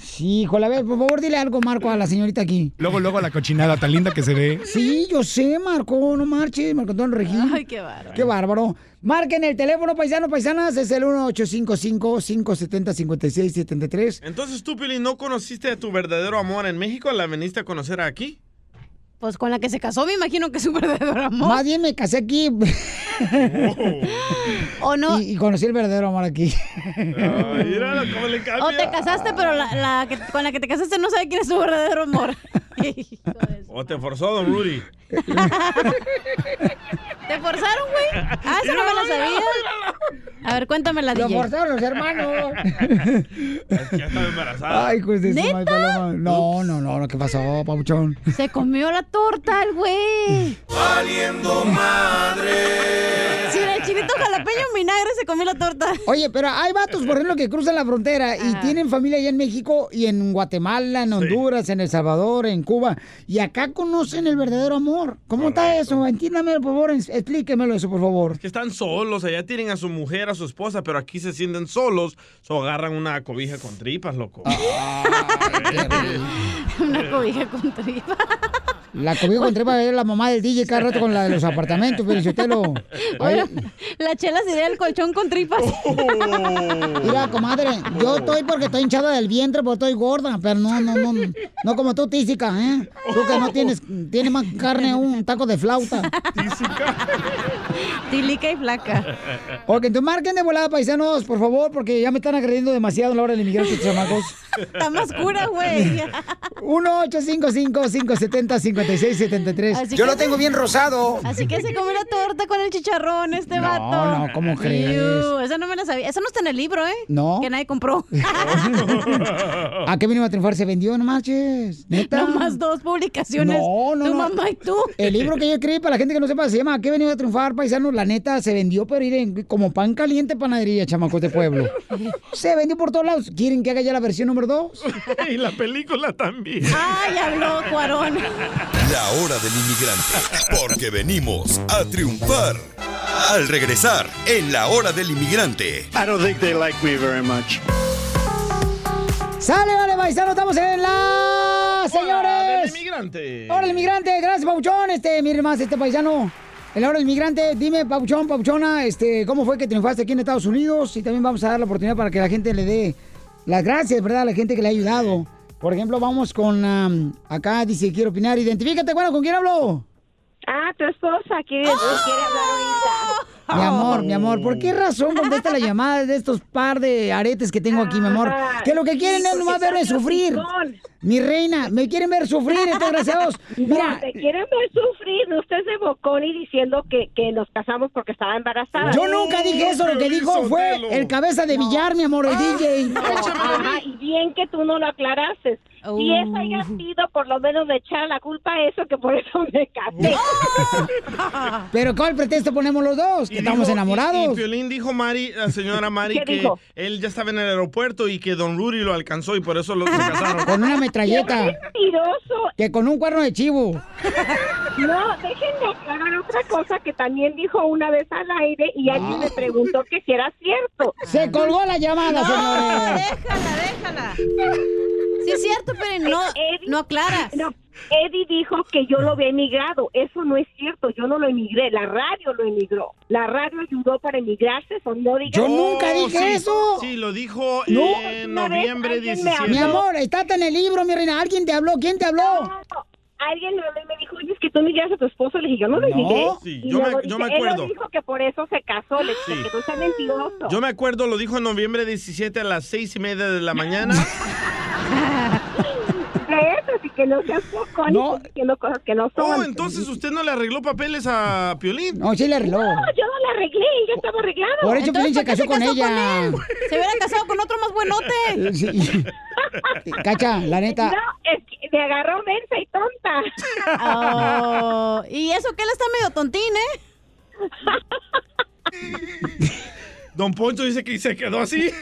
S1: Sí, híjole, a ver, por favor, dile algo, Marco, a la señorita aquí.
S7: Luego, luego la cochinada tan linda que se ve.
S1: Sí, yo sé, Marco, no marches, Marco Antonio Regil.
S6: Ay, qué bárbaro.
S1: Qué bárbaro. Marquen el teléfono, paisanos, paisanas, es el 1855-570-5673.
S2: Entonces tú, Piolín, ¿no conociste a tu verdadero amor en México? ¿La viniste a conocer aquí?
S6: Pues con la que se casó, me imagino que es un verdadero amor.
S1: Más bien me casé aquí.
S6: ¿O no?
S1: Y, y conocí el verdadero amor aquí.
S2: Míralo, cómo le
S6: O te casaste, pero la, la que- con la que te casaste no sabe quién es tu verdadero amor.
S2: O te forzó Don Rudy.
S6: ¿Te forzaron, güey? Ah, esa no me la sabía. A ver, cuéntamela,
S1: Lo
S6: DJ.
S1: forzaron los hermanos.
S2: Ya estaba embarazada.
S1: Ay, pues de su
S6: ¿Neta?
S1: madre, Paloma. No, no, no, no, ¿qué pasó, papuchón?
S6: Se comió la torta el güey.
S15: Valiendo madre.
S6: Sí, el chilito jalapeño en vinagre se comió la torta.
S1: Oye, pero hay vatos, por ejemplo, que cruzan la frontera y tienen familia allá en México y en Guatemala, en Honduras, en El Salvador, en Cuba. Y acá conocen el verdadero amor. ¿Cómo está eso? Entiéndame, por favor, ens- explíquemelo eso, por favor.
S2: Que están solos, allá tienen a su mujer, a su esposa, pero aquí se sienten solos, o agarran una cobija con tripas, loco.
S1: Ah.
S6: Una cobija con tripa.
S1: La comida con trepa es la mamá del DJ cada rato con la de los apartamentos, pero si usted lo...
S6: Bueno, la chela sería el colchón con tripas.
S1: Mira, comadre, yo estoy porque estoy hinchada del vientre, porque estoy gorda, pero no, no, no, no como tú, tísica, ¿eh? Tú que no tienes, tienes más carne un taco de flauta.
S6: Tilica y flaca.
S1: Ok, entonces marquen de volada, paisanos, por favor, porque ya me están agrediendo demasiado a la hora del inmigrante, chamacos.
S6: Está más cura, güey.
S1: 1-855-570-5673. Yo lo tengo bien rosado.
S6: Así que se comió la torta con el chicharrón este vato.
S1: no, ¿cómo crees?
S6: Iu, esa no me la sabía. Esa no está en el libro, ¿eh?
S1: No.
S6: Que nadie compró.
S1: ¿A qué vino a triunfar? Se vendió, no marches. Neta.
S6: Nomás dos publicaciones.
S1: No, no,
S6: Tu
S1: no.
S6: mamá y tú.
S1: El libro que yo escribí para la gente que no sepa se llama ¿A qué venido a triunfar, paisano? La neta se vendió, pero ir en- como pan caliente panadería, chamacos de pueblo. Se vendió por todos lados. ¿Quieren que haga ya la versión número dos?
S2: y la película también.
S6: Ay, habló Cuarón.
S5: La hora del inmigrante. Porque venimos a triunfar. Al regresar en la hora del inmigrante.
S9: I don't think they like me very much.
S1: ¡Sale, vale, paisano! ¡Estamos en la...
S2: Del
S1: ¡Señores!
S2: inmigrante.
S1: Ahora el migrante, gracias, Pauchón. Este, mire más, este paisano. El ahora el migrante, dime, Pauchón, Pauchona, este, ¿cómo fue que triunfaste aquí en Estados Unidos? Y también vamos a dar la oportunidad para que la gente le dé las gracias, ¿verdad? A la gente que le ha ayudado. Por ejemplo, vamos con am, acá, dice, quiero opinar. Identifícate, bueno, ¿con quién hablo?
S13: Ah, tu esposa quiere, quiere hablar ahorita.
S1: Mi amor, mi amor, ¿por qué razón contesta la llamada de estos par de aretes que tengo aquí, mi amor? Que lo que quieren es
S13: Porque
S1: nomás verme
S13: son
S1: sufrir.
S13: hocicón.
S1: Mi reina, me quieren ver sufrir, estos desgraciados.
S13: Mira,
S1: Mira,
S13: te quieren ver sufrir. Usted es de bocón y diciendo que, que nos casamos porque estaba embarazada.
S1: Yo nunca dije eso, lo que dijo fue el cabeza de billar, mi amor, el DJ.
S13: No, ajá, y bien que tú no lo aclaraste.
S1: Oh.
S13: Si esa haya sido, por lo menos me echar la culpa a eso, que por eso me casé.
S1: Pero ¿cuál pretexto ponemos los dos? Que
S2: Dijo-
S1: estamos
S2: Y, y
S1: enamorados.
S2: Piolín dijo Mari, la señora Mari,
S1: ¿Qué
S2: que
S1: dijo?
S2: él ya estaba en el aeropuerto y que Don Rudy lo alcanzó y por eso lo se casaron.
S1: Con una metralleta. Que con un cuerno de chivo.
S13: No, déjenme aclarar otra cosa que también dijo una vez al aire y alguien me preguntó que si era cierto.
S1: Se colgó la Ah. llamada,
S13: No,
S1: señores.
S6: Déjala, déjala. Sí, es cierto, pero no, no aclaras.
S13: No, Eddie dijo que yo lo había emigrado. Eso no es cierto. Yo no lo emigré. La radio lo emigró. La radio ayudó para emigrarse. Eso no digas-
S1: Yo nunca dije
S2: Oh, sí,
S1: eso.
S2: Sí, lo dijo
S1: No.
S2: en noviembre 17.
S1: Mi amor, está en el libro, mi reina. ¿Alguien te habló? ¿Quién te habló?
S13: Alguien me habló y me dijo, oye, es que tú emigraste a tu esposo. Le dije, yo no lo
S2: No.
S13: emigré.
S2: Sí,
S13: Y
S2: yo me-
S13: luego
S2: yo me
S13: dice, él nos
S2: acuerdo.
S13: dijo que por eso se casó. Le dije, que tú estás mentiroso.
S2: Yo me acuerdo, lo dijo en noviembre 17 a las 6 y media de la mañana.
S13: De eso, así que no seas poco. No. Diciendo cosas que no son.
S2: Oh, entonces usted no le arregló papeles a Piolín.
S1: No, sí le arregló.
S13: No, yo no la arreglé. Yo estaba arreglado.
S2: Por eso Entonces, Piolín se ¿por qué casó se con casó
S1: ella.
S6: él? pues, Se hubiera casado con otro más buenote.
S1: Sí. Cacha, la neta.
S13: No, es que me agarró mensa y tonta.
S6: Oh, y eso que él está medio tontín, ¿eh?
S2: Don Poncho dice que se quedó así.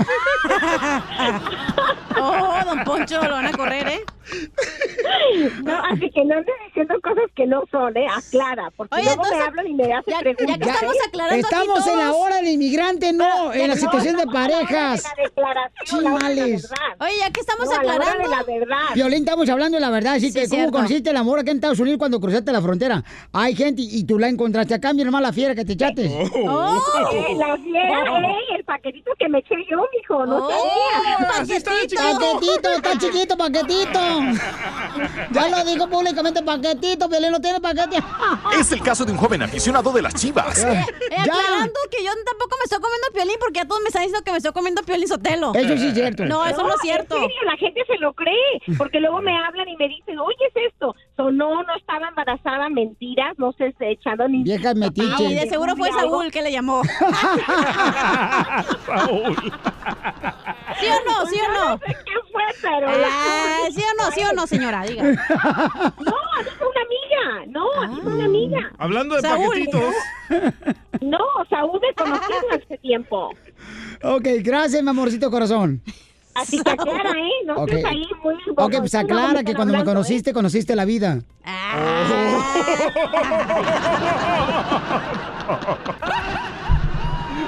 S6: Oh, don Poncho, lo van a correr, ¿eh?
S13: No, así que no ande diciendo cosas que no son, ¿eh? Aclara, porque
S6: Oye,
S13: luego me
S6: entonces,
S13: hablan y me hacen
S6: ya- ya que
S13: preguntas.
S6: estamos
S13: ¿eh?
S6: aclarando
S1: Estamos en la hora del inmigrante, no, en la
S13: no,
S1: situación de
S13: estamos en la hora de
S1: parejas.
S13: la declaración, la hora de la
S1: Chimales.
S13: verdad.
S6: Oye, ya que estamos
S13: No, a la hora
S6: aclarando.
S13: de la verdad.
S1: Violín, estamos hablando de la verdad. Así
S6: Sí,
S1: que, ¿cómo
S6: cierto.
S1: consiste el amor acá en Estados Unidos cuando cruzaste la frontera? Hay gente y tú la encontraste acá, mi hermana la fiera que te echaste.
S6: Oh.
S1: Oh.
S13: Eh, la fiera, eh, el paquetito que me eché yo, mijo, no
S6: Oh,
S13: sabía.
S2: así está de
S1: Paquetito, está chiquito, paquetito. Ya lo dijo públicamente, paquetito, Violín no tiene paquete.
S10: Es el caso de un joven aficionado de las chivas.
S6: Eh, aclarando que yo tampoco me estoy comiendo piolín porque a todos me están diciendo que me estoy comiendo piolín sotelo.
S10: Eso sí es cierto.
S6: No, eso no es
S13: en
S6: cierto.
S13: serio, la gente se lo cree, porque luego me hablan y me dicen, oye, es esto. So, no, no estaba embarazada, mentiras, no se se echaron ni... Ah,
S1: Viejas metiches.
S6: Y de seguro fue Saúl que le llamó. ¿Sí o no? ¿Sí o no?
S13: ¿Quién fue, pero?
S6: Ah, ¿Sí o no? ¿Sí o no, señora? Diga.
S13: No, aquí fue una amiga, no, aquí fue una amiga.
S2: Hablando de
S13: Saúl.
S2: paquetitos.
S13: No, Saúl me conocí en hace tiempo.
S1: Ok, gracias, mi amorcito corazón.
S13: Así que aclara, ¿eh? No
S1: Ok.
S13: estés ahí muy...
S1: Ok, pues aclara que cuando me
S13: ¿eh?
S1: conociste, conociste la vida.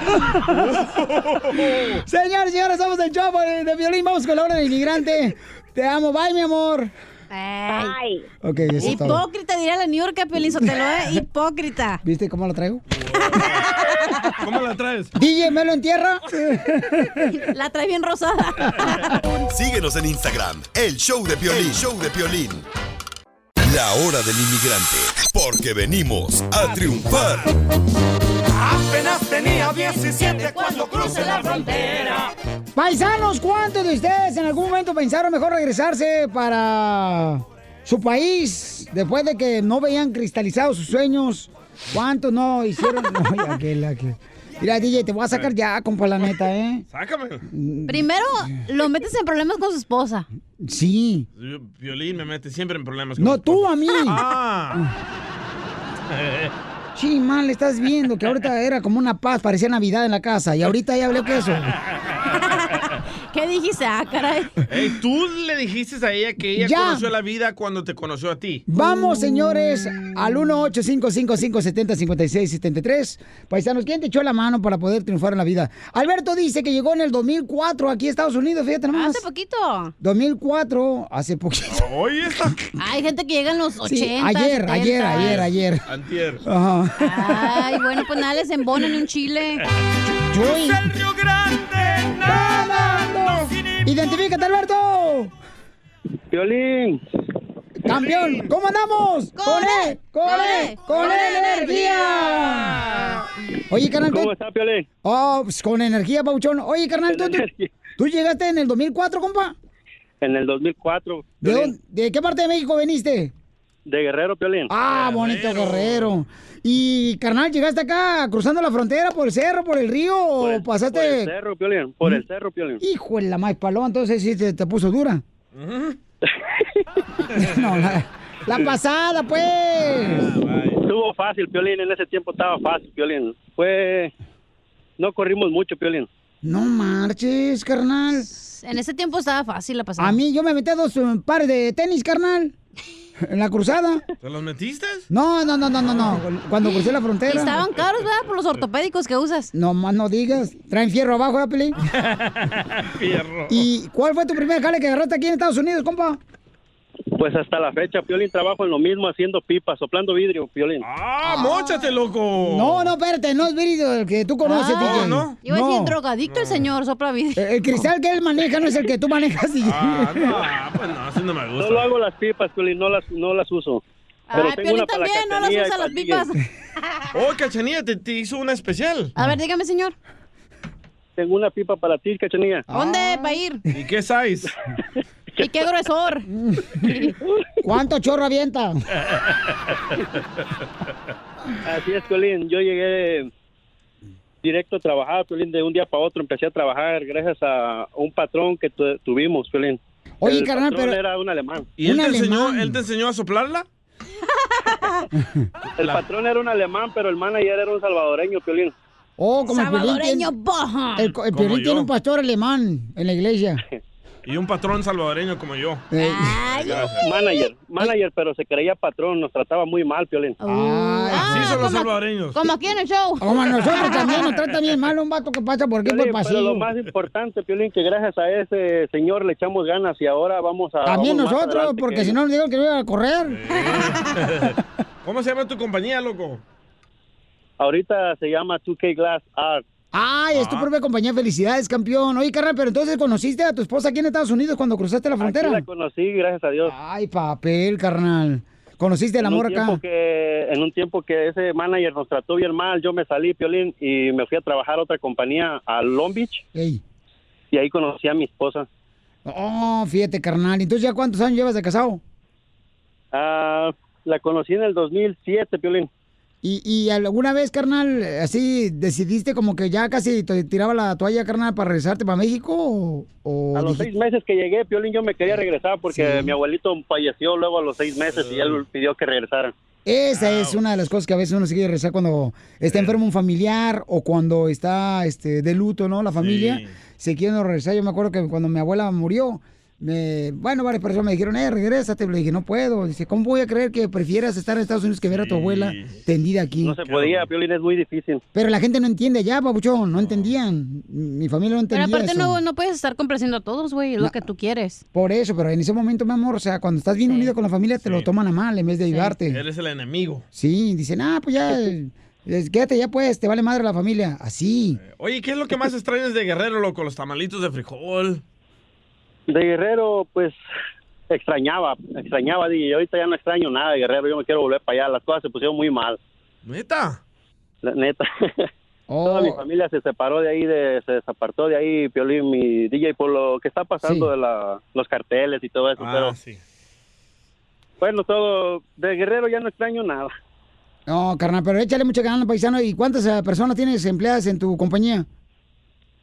S1: Señores, señores, somos el show de de violín. Vamos con la hora del inmigrante. Te amo, bye, mi amor.
S6: Eh, Ay.
S1: Ok, eso es todo.
S6: Hipócrita, diría la New York Piolín Sotelo, ¿eh? Hipócrita.
S1: ¿Viste cómo lo traigo?
S2: ¿Cómo la traes?
S1: DJ, ¿me lo entierra?
S6: La trae bien rosada.
S5: Síguenos en Instagram, el show de Piolín, El show de Piolín. La hora del inmigrante, porque venimos a triunfar.
S15: Apenas tenía 17 cuando crucé la frontera.
S1: Paisanos, ¿cuántos de ustedes en algún momento pensaron mejor regresarse para su país después de que no veían cristalizados sus sueños? ¿Cuántos no hicieron? No, ya que la que- Mira, DJ, te voy a sacar ya, compa, la neta, ¿eh?
S2: Sácame.
S6: Primero, lo metes en problemas con su esposa.
S1: Sí.
S2: Violín me mete siempre en problemas. con-
S1: No, tú a mí.
S2: Ah.
S1: Sí, mal, estás viendo que ahorita era como una paz, parecía Navidad en la casa y ahorita ya hablé que eso.
S6: ¿Qué dijiste? Ah, caray.
S2: Ey, tú le dijiste a ella que ella
S1: Ya.
S2: conoció la vida cuando te conoció a ti.
S1: Vamos, señores, al 1-855-570-5673. Paisanos, ¿quién te echó la mano para poder triunfar en la vida? Alberto dice que llegó en el 2004 aquí a Estados Unidos, fíjate nomás.
S6: Hace poquito.
S1: 2004, hace poquito.
S2: Oye, está.
S6: Hay gente que llega en los 80.
S1: Sí, ayer,
S6: 70.
S1: ayer, ayer, ayer.
S2: Antier.
S1: Ajá.
S6: Ay, bueno, pues nada, les embonan un chile.
S1: Chuy. ¡Identifícate, Alberto!
S20: Violín.
S1: ¡Campeón! ¿Cómo andamos? ¡Con él! ¡Con él! ¡Con E. energía! Oye, carnal, ¿cómo
S20: está, Piolín?
S1: Oh, pues, con energía, Pauchón. Oye, carnal, ¿tú, tú, tú llegaste en el 2004, compa?
S20: En el 2004.
S1: ¿De,
S20: Piolín,
S1: dónde- ¿De qué parte de México veniste?
S20: de Guerrero, Piolín.
S1: Ah, bonito guerrero. Y, carnal, ¿llegaste acá cruzando la frontera por el cerro, por el río o pasaste...?
S20: Por el cerro, Piolín. Por
S2: Mm.
S20: el cerro, Piolín.
S1: Hijo de la más paloma, entonces sí te, te puso dura. No, la, la pasada, pues.
S20: Ah, Estuvo fácil, Piolín. En ese tiempo estaba fácil, Piolín. Fue... No corrimos mucho, Piolín.
S1: No marches, carnal.
S6: En ese tiempo estaba fácil la pasada.
S1: A mí yo me metí a dos eh, pares de tenis, carnal. En la cruzada.
S2: ¿Te los metiste?
S1: No, no, no, no, no, no. Cuando crucé la frontera.
S6: Y estaban caros, ¿verdad? Por los ortopédicos que usas.
S1: No más no digas. Traen fierro abajo, ¿eh, Pelín?
S2: Ah, Fierro.
S1: ¿Y cuál fue tu primer jale que agarraste aquí en Estados Unidos, compa?
S20: Pues hasta la fecha, Piolín, trabajo en lo mismo, haciendo pipas, soplando vidrio, Piolín.
S2: ¡Ah, mochate,
S20: Oh.
S2: loco!
S1: No, no, espérate, no es vídeo el que tú
S20: Ah,
S1: conoces,
S6: Ay,
S1: DJ.
S6: Iba a decir drogadicto el señor, sopla vida.
S1: El cristal que él maneja no es el que tú manejas, DJ.
S2: Ah, pues no, así no me gusta.
S20: Solo hago las pipas, Piolín, no las, no las uso.
S6: Ay,
S20: Pero tengo
S6: Ah, Piolín
S20: una para
S6: también, no las
S20: Cachanilla y
S6: usa
S20: para
S6: las
S20: el DJ.
S6: pipas.
S2: Oh, Cachanilla, te, te hizo una especial.
S6: A ver, dígame, señor.
S20: Tengo una pipa para ti, Cachanilla.
S1: Ah.
S6: ¿Dónde para ir?
S2: ¿Y qué size?
S6: ¿Y qué gruesor?
S1: ¿Cuánto chorro avienta?
S20: Así es, Piolín. Yo llegué directo a trabajar, Piolín, de un día para otro. Empecé a trabajar gracias a un patrón que tu- tuvimos, Piolín.
S1: Oye,
S20: El
S1: carnal,
S20: patrón
S1: pero-
S20: era un alemán.
S2: ¿Y él te, enseñó, él te enseñó a soplarla?
S20: El patrón era un alemán, pero el manager era un salvadoreño, Piolín.
S1: Oh, como el Piolín tiene-
S6: Salvadoreño boja.
S1: El, co- el
S2: Como
S1: Piolín
S2: yo.
S1: tiene un pastor alemán en la
S20: Ah,
S1: iglesia. Eh,
S2: Y un patrón salvadoreño como yo.
S1: Gracias.
S20: Manager, manager, pero se creía patrón, nos trataba muy mal, Piolín.
S2: Así son los salvadoreños.
S6: Como aquí en el show.
S1: Como a nosotros también nos trata bien mal un vato que pasa por aquí por el
S20: Piolín, pero
S1: pasillo.
S20: lo más importante, Piolín, que gracias a ese señor le echamos ganas y ahora vamos a...
S1: También
S20: vamos más
S1: nosotros,
S20: adelante
S1: porque
S20: que-
S1: si no, le digo que voy a correr.
S2: ¿Cómo se llama tu compañía, loco?
S20: Ahorita se llama 2K Glass Art.
S1: Ay, es tu propia compañía. Felicidades, campeón. Oye, carnal, pero entonces conociste a tu esposa aquí en Estados Unidos cuando cruzaste la
S20: Aquí la
S1: frontera.
S20: conocí, gracias a Dios.
S1: Ay, papel, carnal. ¿Conociste el
S20: En
S1: amor
S20: un tiempo
S1: acá?
S20: que- en un tiempo que ese manager nos trató bien mal, yo me salí, Piolín, y me fui a trabajar a otra compañía, a Long Beach,
S1: Ey.
S20: y ahí conocí a mi esposa.
S1: Oh, fíjate, carnal. Entonces, ¿ya cuántos años llevas de casado?
S20: Ah, la conocí en el 2007, Piolín.
S1: ¿Y, y alguna vez, carnal, así decidiste como que ya casi te tiraba la toalla, carnal, para regresarte para México? ¿O, o
S20: A los
S1: dijiste-
S20: seis meses que llegué, Piolín, yo me quería regresar porque mi abuelito falleció luego a los seis meses y él pidió que regresara.
S1: Esa
S20: Ah,
S1: es una de las cosas que a veces uno se quiere rezar cuando está enfermo un familiar o cuando está este, de luto, ¿no? La familia. Se quieren regresar. Yo me acuerdo que cuando mi abuela murió, me, bueno, varias personas me dijeron, eh, regrésate. Le dije, no puedo. Dice, ¿cómo voy a creer que prefieras estar en Estados Unidos que ver a tu abuela tendida aquí?
S20: No se podía, Piolín, es muy difícil.
S1: Pero la gente no entiende ya, babuchón. No entendían. Mi familia no
S6: Pero
S1: entendía.
S6: aparte
S1: eso.
S6: no, no puedes estar complaciendo a todos, güey, es lo que tú quieres.
S1: Por eso, pero en ese momento, mi amor, o sea, cuando estás bien unido con la familia, te lo toman a mal en vez de ayudarte.
S2: Eres el enemigo.
S1: Sí, dicen, ah, pues ya, eh, quédate ya pues, te vale madre la familia. Así.
S2: Oye, ¿qué es lo que más extrañas de Guerrero, loco? Los tamalitos de frijol.
S20: De Guerrero, pues extrañaba, extrañaba, y ahorita ya no extraño nada de Guerrero, yo me quiero volver para allá, las cosas se pusieron muy mal.
S2: ¿Neta? Oh.
S20: La neta. Toda mi familia se separó de ahí, de- se desapartó de ahí, Piolín, mi DJ, por lo que está pasando de la- los carteles y todo eso.
S2: Ah,
S20: pero, Bueno, todo, de Guerrero ya no extraño nada.
S1: No, carnal, pero échale mucha ganas, paisano. ¿Y cuántas eh, personas tienes empleadas en tu compañía?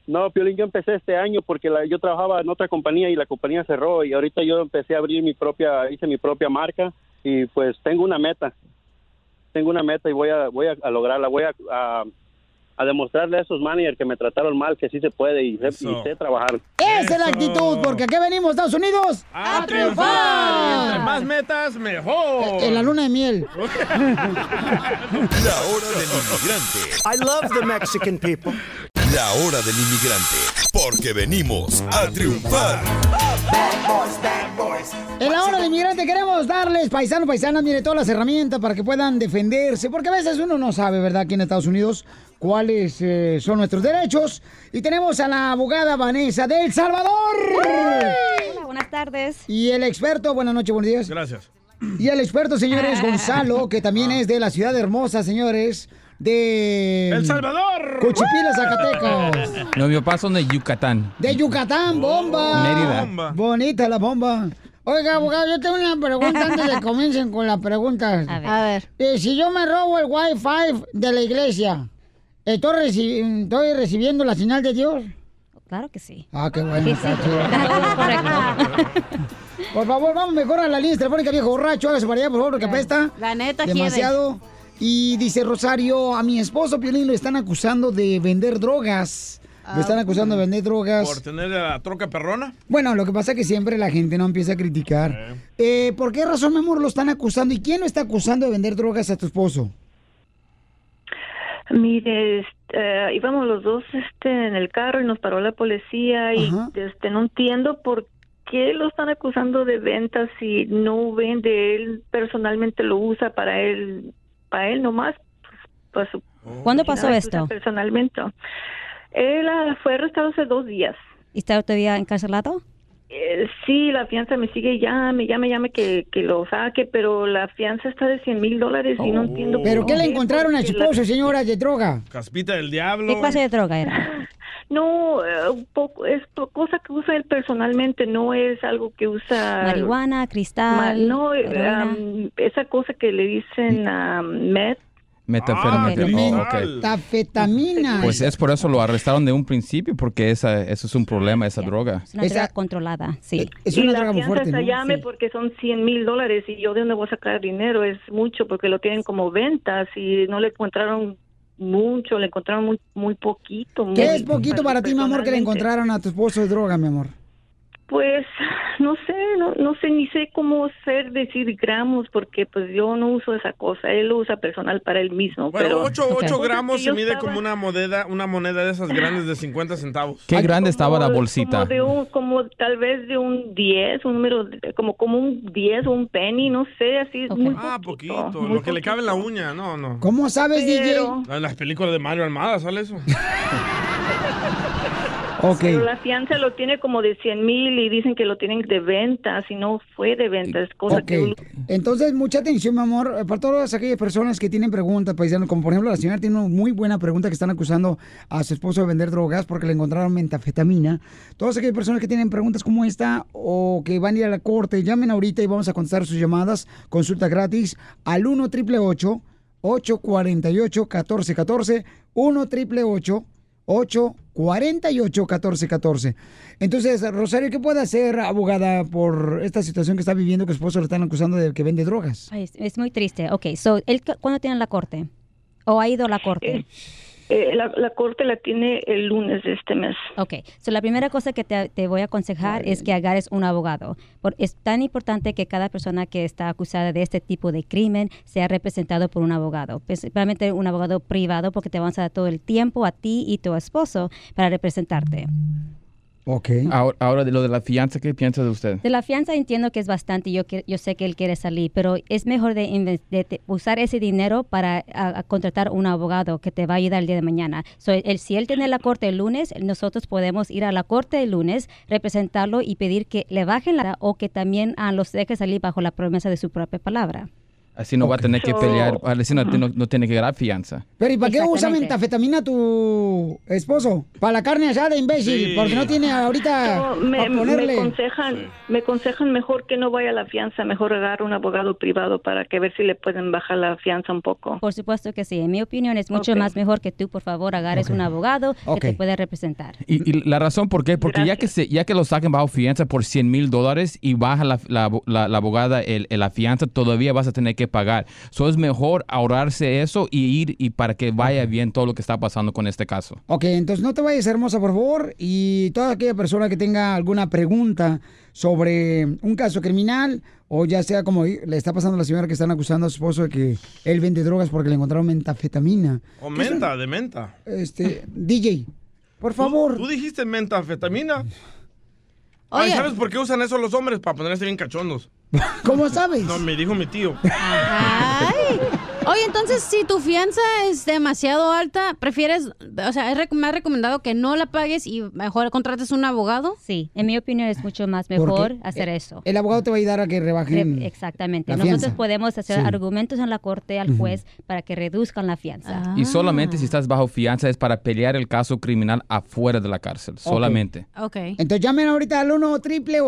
S20: No, Piolín, yo empecé este año porque la- yo trabajaba en otra compañía y la compañía cerró y ahorita yo empecé a abrir mi propia, hice mi propia marca y pues tengo una meta. Tengo una meta y voy a, voy a, a lograrla, voy a, a, a demostrarle a esos managers que me trataron mal que sí se puede y sé, y
S1: Eso.
S20: sé trabajar.
S1: Esa es la actitud, porque aquí venimos, Estados Unidos,
S2: a,
S1: triunfar.
S2: Entre más metas, mejor.
S1: Eh, En la luna de miel.
S5: La hora del inmigrante.
S12: I love the Mexican people.
S5: La hora del inmigrante. Porque venimos a triunfar.
S1: En la hora del inmigrante queremos darles, paisanos, paisanas, mire, todas las herramientas para que puedan defenderse, porque a veces uno no sabe, ¿verdad?, aquí en Estados Unidos cuáles eh, son nuestros derechos. Y tenemos a la abogada Vanessa de El Salvador.
S16: Hola, buenas tardes.
S1: Y el experto, buenas noches, buenos días.
S2: Gracias.
S1: Y el experto,
S16: Ah.
S1: señores, Gonzalo, que también es de la ciudad hermosa, señores, de...
S17: El
S1: Salvador. Cuchipila, Zacatecas.
S17: No, mi papá son de Yucatán.
S1: De Yucatán, bomba.
S17: Mérida.
S1: Bonita la bomba. Oiga, abogado, yo tengo una pregunta antes de que comiencen con las preguntas. A ver. Eh, si yo me robo el Wi-Fi de la iglesia, ¿estoy, reci- estoy recibiendo la señal de Dios?
S16: Claro que sí.
S1: Ah, qué bueno.
S16: Sí,
S1: está
S16: sí.
S1: chido. Por favor, vamos mejor a la línea telefónica, viejo borracho. Hágase para allá, por favor, que apesta.
S6: La neta, quiere.
S1: Demasiado. Y dice Rosario, a mi esposo Piolín lo están acusando de vender drogas. Lo están acusando de vender drogas.
S2: Ah, Por tener la troca perrona.
S1: Bueno, lo que pasa es que siempre la gente no empieza a criticar. Eh, ¿Por qué razón, mi amor, lo están acusando? ¿Y quién lo está acusando de vender drogas a tu esposo?
S16: Mire, este, eh, íbamos los dos este, en el carro y nos paró la policía y este, no entiendo por qué lo están acusando de venta si no vende él personalmente lo usa para él para él nomás. Pues, pues, ¿Cuándo nada, pasó lo esto? usa Personalmente. Él ah, fue arrestado hace dos días. ¿Y está todavía encarcelado? Eh, sí, la fianza me sigue y llame, llame, llame que, que lo saque, pero la fianza está de 100 mil dólares y
S1: Oh.
S16: no entiendo.
S1: ¿Pero
S16: por
S1: qué le encontraron a su
S16: porque la-
S1: esposo, señora, de droga?
S2: Caspita del diablo.
S16: droga era? No, eh, un poco, es po- cosa que usa él personalmente, no es algo que usa... Marihuana, cristal, Ma- no, eh, heroína. am, esa cosa que le dicen a Met.
S1: Ah,
S17: Metafetamina. Oh, ok.
S1: Tafetamina.
S17: Pues es por eso lo arrestaron de un principio, porque esa, eso es un problema, esa droga.
S25: Pues,
S16: una
S25: eh,
S16: droga controlada, sí.
S17: Eh, es una
S16: y la
S17: droga muy
S16: fianza
S17: fuerte,
S16: se
S17: ¿no?
S16: llame
S17: Sí.
S16: porque son 100 mil dólares y yo de dónde voy a sacar dinero, es mucho porque lo tienen como ventas y no le encontraron mucho, le encontraron muy, muy poquito. muy-
S1: ¿Qué es poquito para ti, mi amor, que le
S16: personalmente.
S1: encontraron a tu esposo de droga, mi amor?
S16: Pues no sé, no, no sé ni sé cómo ser decir gramos porque pues yo no uso esa cosa, él lo usa personal para él mismo.
S2: Bueno,
S16: pero
S2: 8,
S16: Porque
S2: gramos se
S16: yo
S2: mide
S16: estaba
S2: como una moneda, una moneda de esas grandes de 50 centavos.
S26: ¿Qué grande estaba la
S16: Como
S26: bolsita?
S16: de un, como tal vez de un 10, un número, de- como como un 10 o un penny, no sé, así muy
S2: Ah, poquito, lo
S16: muy
S2: que le cabe en la uña, no, no.
S1: ¿Cómo sabes,
S16: Pero-
S2: En las películas de Mario Armada sale eso.
S1: Ok.
S16: Pero la fianza lo tiene como de 100 mil y dicen que lo tienen de venta, si no fue de venta, es cosa
S1: Ok,
S16: que uno-
S1: entonces mucha atención, mi amor, eh, para todas aquellas personas que tienen preguntas, paisano, como por ejemplo la señora tiene una muy buena pregunta que están acusando a su esposo de vender drogas porque le encontraron metafetamina. Todas aquellas personas que tienen preguntas como esta o que van a ir a la corte, llamen ahorita y vamos a contestar sus llamadas, consulta gratis al 1 888 848 1414 1 888 848-1414. Entonces, Rosario, ¿qué puede hacer, abogada, por esta situación que está viviendo que su esposo le están acusando de que vende drogas?
S25: Ay, es, es muy triste. Ok, so, él, cu- ¿cuándo tiene la corte? ¿O ha ido a la corte?
S16: Eh, la, la corte la tiene el lunes de este mes.
S25: Ok, so, la primera cosa que te, te voy a aconsejar es que agarres un abogado. Por- es tan importante que cada persona que está acusada de este tipo de crimen sea representado por un abogado, principalmente un abogado privado porque te van a dar todo el tiempo a ti y tu esposo para representarte.
S1: Ok.
S26: Ahora, ahora de lo de la fianza, ¿qué piensa de usted?
S25: De la fianza entiendo que es bastante, yo, que- yo sé que él quiere salir, pero es mejor de, inve- de- de usar ese dinero para a- a contratar un abogado que te va a ayudar el día de mañana. So, él- si él tiene la corte el lunes, nosotros podemos ir a la corte el lunes, representarlo y pedir que le bajen la o que también ah, los deje salir bajo la promesa de su propia palabra.
S26: Así no va a tener que
S25: So-
S26: pelear, así no, no- no tiene que dar fianza.
S1: Pero ¿y para qué usa
S25: Exactamente.
S1: metafetamina tu esposo? Para la carne asada, imbécil,
S16: Sí.
S1: porque no tiene ahorita
S16: No, me,
S1: a ponerle.
S16: me aconsejan, me aconsejan mejor que no vaya a la fianza, mejor agarrar un abogado privado para que ver si le pueden bajar la fianza un poco.
S25: Por supuesto que sí, en mi opinión es mucho
S16: Ok.
S25: más mejor que tú, por favor, agarres un abogado que
S26: Ok.
S25: te pueda representar.
S26: Y, y la razón por qué, porque ya que, se, ya que lo saquen bajo fianza por 100 mil dólares y baja la, la, la- la abogada el, el- la fianza, todavía vas a tener que pagar. So es mejor ahorrarse eso y ir y para que vaya bien todo lo que está pasando con este caso.
S1: Ok, entonces no te vayas, hermosa, por favor. Y toda aquella persona que tenga alguna pregunta sobre un caso criminal, o ya sea como le está pasando a la señora que están acusando a su esposo de que él vende drogas porque le encontraron metafetamina.
S2: O menta, de menta.
S1: Este, DJ, por favor.
S2: ¿Tú, tú dijiste mentafetamina? Ay,
S1: Oye.
S2: ¿sabes por qué usan eso los hombres? Para ponerse bien cachondos.
S1: ¿Cómo sabes?
S2: No, me dijo mi tío.
S6: Ay. Oye, entonces, si tu fianza es demasiado alta, ¿prefieres, o sea, es rec- más recomendado que no la pagues y mejor contrates un abogado?
S25: Sí, en mi opinión es mucho más
S1: Porque
S25: mejor hacer
S1: el-
S25: eso.
S1: El abogado te va a ayudar a que
S25: Re-
S1: rebajen.
S25: Exactamente.
S1: la
S25: Nosotros
S1: fianza.
S25: podemos hacer
S26: Sí.
S25: argumentos en la corte al
S26: Ujú.
S25: juez para que reduzcan la fianza.
S26: Ah. Y solamente si estás bajo fianza es para pelear el caso criminal afuera de la cárcel, solamente.
S6: Ok.
S1: Entonces llamen ahorita al 1 triple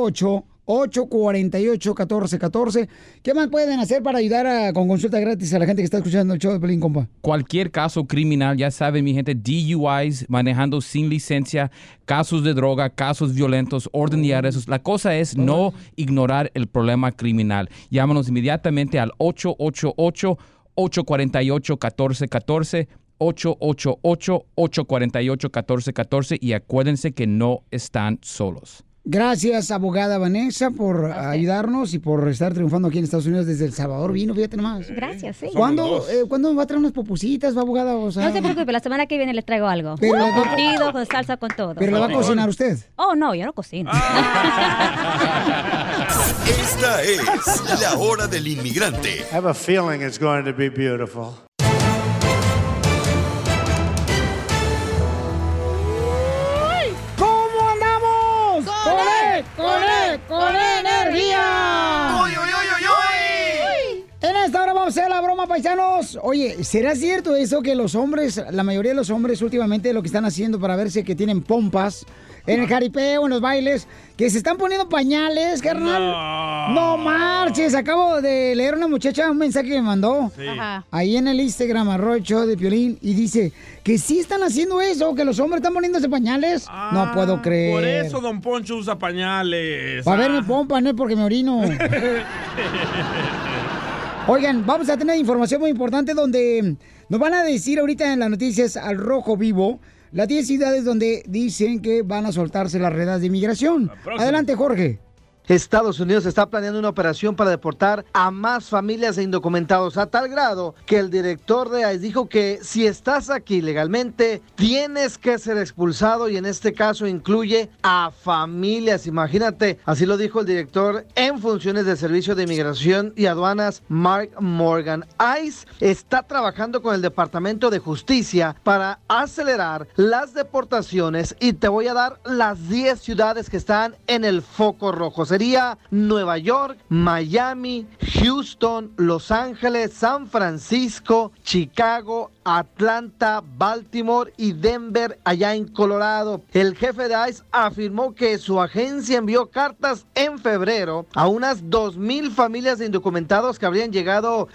S1: 848 1414 ¿Qué más pueden hacer para ayudar a- con consulta gratis a la gente que está escuchando el show de Pelín, compa?
S26: Cualquier caso criminal, ya saben mi gente, DUIs, manejando sin licencia, casos de droga, casos violentos, orden de arrestos. La cosa es no ignorar el problema criminal. Llámanos inmediatamente al 888-848-1414. 888-848-1414 y acuérdense que no están solos.
S1: Gracias, abogada Vanessa, por ayudarnos y por estar triunfando aquí en Estados Unidos desde El Salvador. Vino, fíjate nomás.
S25: Gracias, sí.
S1: ¿Cuándo, eh, ¿cuándo va a traer unas popusitas, va, abogada? O sea,
S25: No se preocupe, la semana que viene les traigo algo.
S1: Pero-
S25: con curtido, con salsa, con todo.
S1: Pero la va a cocinar usted.
S25: Oh, no, yo no cocino.
S5: Esta es la hora del inmigrante
S12: I have a feeling it's going to be beautiful.
S1: ¿Cómo andamos? ¡Con él! ¡Con él! ¡Con él, energía!
S27: ¡Uy, uy, uy, uy, uy!
S1: En esta hora vamos a hacer la broma, paisanos. Oye, ¿será cierto eso que los hombres, la mayoría de los hombres últimamente lo que están haciendo para verse que tienen pompas en el jaripeo, en los bailes, que se están poniendo pañales, carnal? No, marches, acabo de leer una muchacha un mensaje que me mandó
S27: Sí. Ajá.
S1: ahí en el Instagram, arroba el show de Piolín, y dice que sí están haciendo eso, que los hombres están poniéndose pañales. no puedo creer.
S2: Por eso Don Poncho usa pañales. Ah.
S1: Va a ver mi pompa, no es porque me orino. Oigan, vamos a tener información muy importante donde nos van a decir ahorita en las noticias al rojo vivo las 10 ciudades donde dicen que van a soltarse las redes de inmigración. Adelante, Jorge.
S3: Estados Unidos está planeando una operación para deportar a más familias de indocumentados a tal grado que el director de ICE dijo que si estás aquí legalmente tienes que ser expulsado y en este caso incluye a familias, imagínate, así lo dijo el director en funciones del Servicio de Inmigración y Aduanas Mark Morgan. ICE está trabajando con el Departamento de Justicia para acelerar las deportaciones y te voy a dar las 10 ciudades que están en el foco rojo. Sería Nueva York, Miami, Houston, Los Ángeles, San Francisco, Chicago, Atlanta, Baltimore y Denver allá en Colorado. El jefe de ICE afirmó que su agencia envió cartas en febrero a unas 2.000 familias de indocumentados que habrían llegado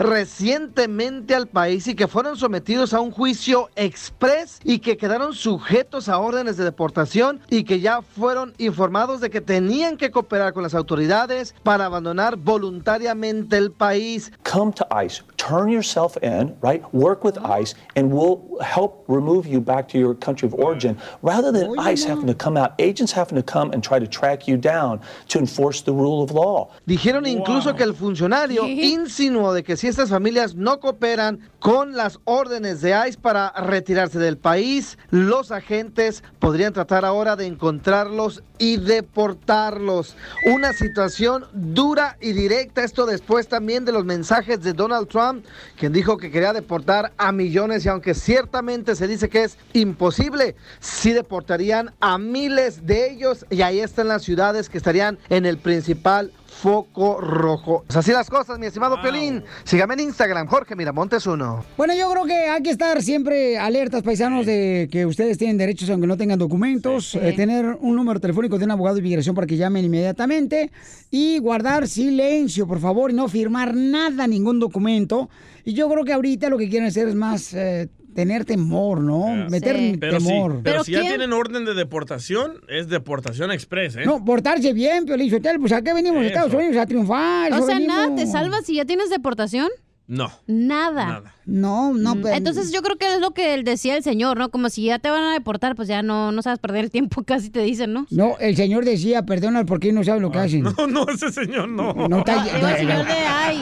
S3: recientemente al país y que fueron sometidos a un juicio express y que quedaron sujetos a órdenes de deportación y que ya fueron informados de que tenían que cooperar con las autoridades para abandonar voluntariamente el país.
S28: Come to ICE, turn yourself in, right? Work with ICE, and we'll help remove you back to your country of origin rather than ICE having to come out, agents having to come and try to track you down to enforce the rule of law.
S3: Dijeron incluso que el funcionario insinuó de que si estas familias no cooperan con las órdenes de ICE para retirarse del país, los agentes podrían tratar ahora de encontrarlos y deportarlos. Una situación dura y directa, esto después también de los mensajes de Donald Trump, quien dijo que quería deportar a millones y aunque ciertamente se dice que es imposible, sí deportarían a miles de ellos y ahí están las ciudades que estarían en el principal foco rojo. Así las cosas, mi estimado Piolín. Sígame en Instagram, Jorge Miramontes 1.
S1: Bueno, yo creo que hay que estar siempre alertas, paisanos, de que ustedes tienen derechos aunque no tengan documentos, eh, tener un número telefónico de un abogado de inmigración para que llamen inmediatamente y guardar silencio, por favor, y no firmar nada, ningún documento. Y yo creo que ahorita lo que quieren hacer es más eh, tener temor, ¿no? Meter
S2: Pero, sí,
S1: temor.
S2: pero, si ya tienen orden de deportación, es deportación express, ¿eh?
S1: No, portarse bien, Piolín Sotelo, pues ¿a qué venimos a Estados Unidos? A triunfar.
S6: O
S1: eso
S6: sea, nada te
S1: venimos.
S6: salva si ya tienes deportación.
S2: No.
S6: Nada.
S1: No, no, pues,
S6: Mm,
S1: pero-
S6: Entonces yo creo que es lo que él decía el señor, ¿no? Como si ya te van a deportar, pues ya no, no sabes perder el tiempo, casi te dicen, ¿no?
S1: No, el señor decía, perdona, porque no sabe lo que hacen.
S2: No, no, ese señor no.
S1: No está-
S6: Digo, el señor de ay.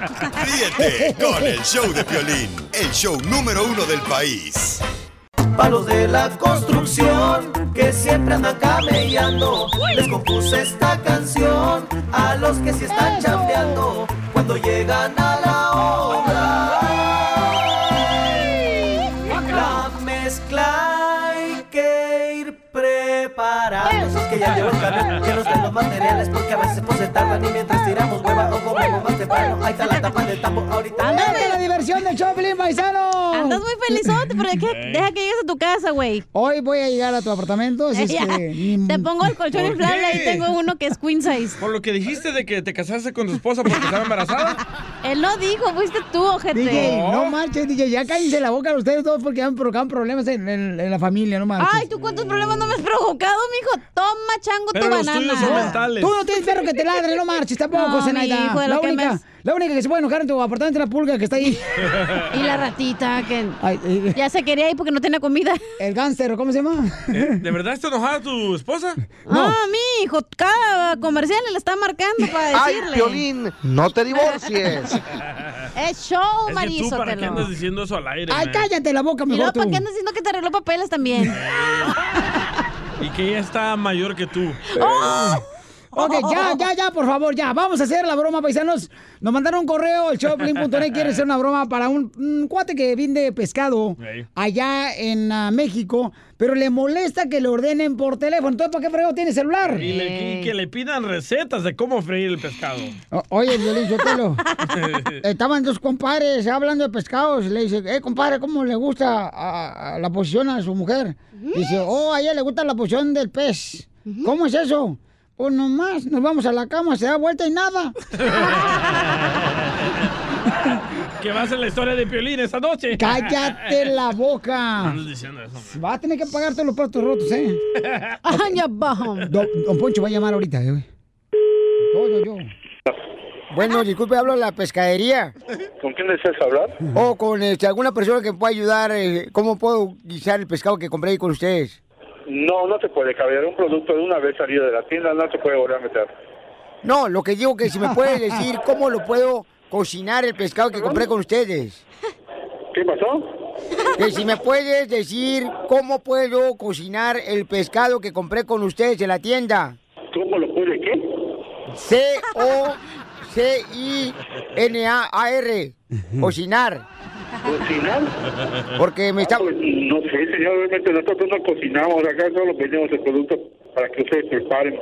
S5: Ríete con el show de Piolín, el show número uno del país.
S12: Palos de la construcción que siempre andan camellando. Les compuse esta canción a los que sí están chambeando cuando llegan a la obra. La mezcla hay que ir preparando. Esos que ya llevan camión llenos de los materiales porque a veces pues se tardan y mientras tiramos hueva o comemos más temprano. Ahí está la tapa del tapo ahorita.
S1: ¡Ándale la diversión del Choplin, paisano!
S6: Andas muy felizote, pero es que- Ey. deja que llegues a tu casa, güey.
S1: Hoy voy a llegar a tu apartamento, así es
S6: Ya.
S1: que...
S6: Te pongo el colchón
S2: ¿Por
S6: inflable
S2: qué?
S6: y tengo uno que es queen size.
S2: Por lo que dijiste de que te casaste con tu esposa porque estaba embarazada.
S6: Él no dijo, fuiste tú, ojete.
S1: DJ, no marches, DJ, ya cállense la boca ustedes dos porque han provocado problemas en, en- en la familia, no marches.
S6: Ay, ¿tú cuántos problemas no me has provocado, mijo? Toma, chango,
S1: Pero
S6: tu
S1: los
S6: banana.
S1: tuyos son mentales. Tú no tienes perro que te ladre, no marches tampoco,
S6: No,
S1: Zenaida.
S6: mi hijo, de
S1: la,
S6: lo que
S1: única,
S6: más-
S1: la única que se puede enojar en tu apartamento es la pulga que está ahí.
S6: Y la ratita que
S1: Ay, eh,
S6: ya se quería ir porque no tenía comida.
S1: El gánster, ¿cómo se llama?
S2: Eh, ¿De verdad está enojada tu esposa?
S6: Ah, mi hijo, cada comercial le está marcando para
S2: Ay,
S6: decirle.
S2: Piolín,
S3: no te
S2: divorcies.
S6: es show,
S2: Es que tú,
S6: Mariso.
S2: ¿para qué andas diciendo eso al aire?
S6: Ay,
S2: man?
S6: cállate
S1: la boca,
S6: Y
S2: mejor
S6: luego, ¿para
S2: tú.
S6: qué andas diciendo que te arregló papeles también?
S2: Y que ella está mayor que tú.
S6: Oh.
S1: Ok, ya, ya, ya, por favor, ya. Vamos a hacer la broma, paisanos. Nos mandaron un correo, el choplin.net quiere hacer una broma para un, un cuate que vende pescado
S12: Ey.
S1: allá en ah, México, pero le molesta que le ordenen por teléfono. Entonces, ¿para qué fregado tiene celular?
S2: Y, le- y que le pidan recetas de cómo freír el pescado.
S1: O- Oye, Violín Sotelo, estaban dos compadres hablando de pescados. y Le dice, eh, compadre, ¿cómo le gusta a- a la posición a su mujer? Dice, oh, a ella le gusta la posición del pez. ¿Cómo es eso? Pues nomás, nos vamos a la cama, se da vuelta y nada.
S2: que va a ser la historia de Piolín esta noche.
S1: ¡Cállate la boca!
S2: Andas diciendo eso.
S1: Va a tener que pagar todos los platos rotos, ¿eh? Don, don Poncho va a llamar ahorita, eh. Todo yo. Bueno, disculpe, hablo de la pescadería.
S23: ¿Con quién deseas hablar?
S1: O con este, alguna persona que pueda ayudar, eh, ¿cómo puedo guisar el pescado que compré ahí con ustedes?
S23: No, no te puede caber. Un producto de una vez salido de la tienda no te puede volver a meter.
S1: No, lo que digo que si me puede decir cómo lo puedo cocinar el pescado que compré con ustedes.
S23: ¿Qué pasó?
S1: Que si me puedes decir cómo puedo cocinar el pescado que compré con ustedes en la tienda.
S23: ¿Cómo lo puede qué?
S1: C O C I N A A R. Cocinar.
S23: ¿Cocinar?
S1: Porque me está
S23: Pues, no sé, señor. Obviamente nosotros no cocinamos. Acá solo vendemos el producto para que ustedes preparen.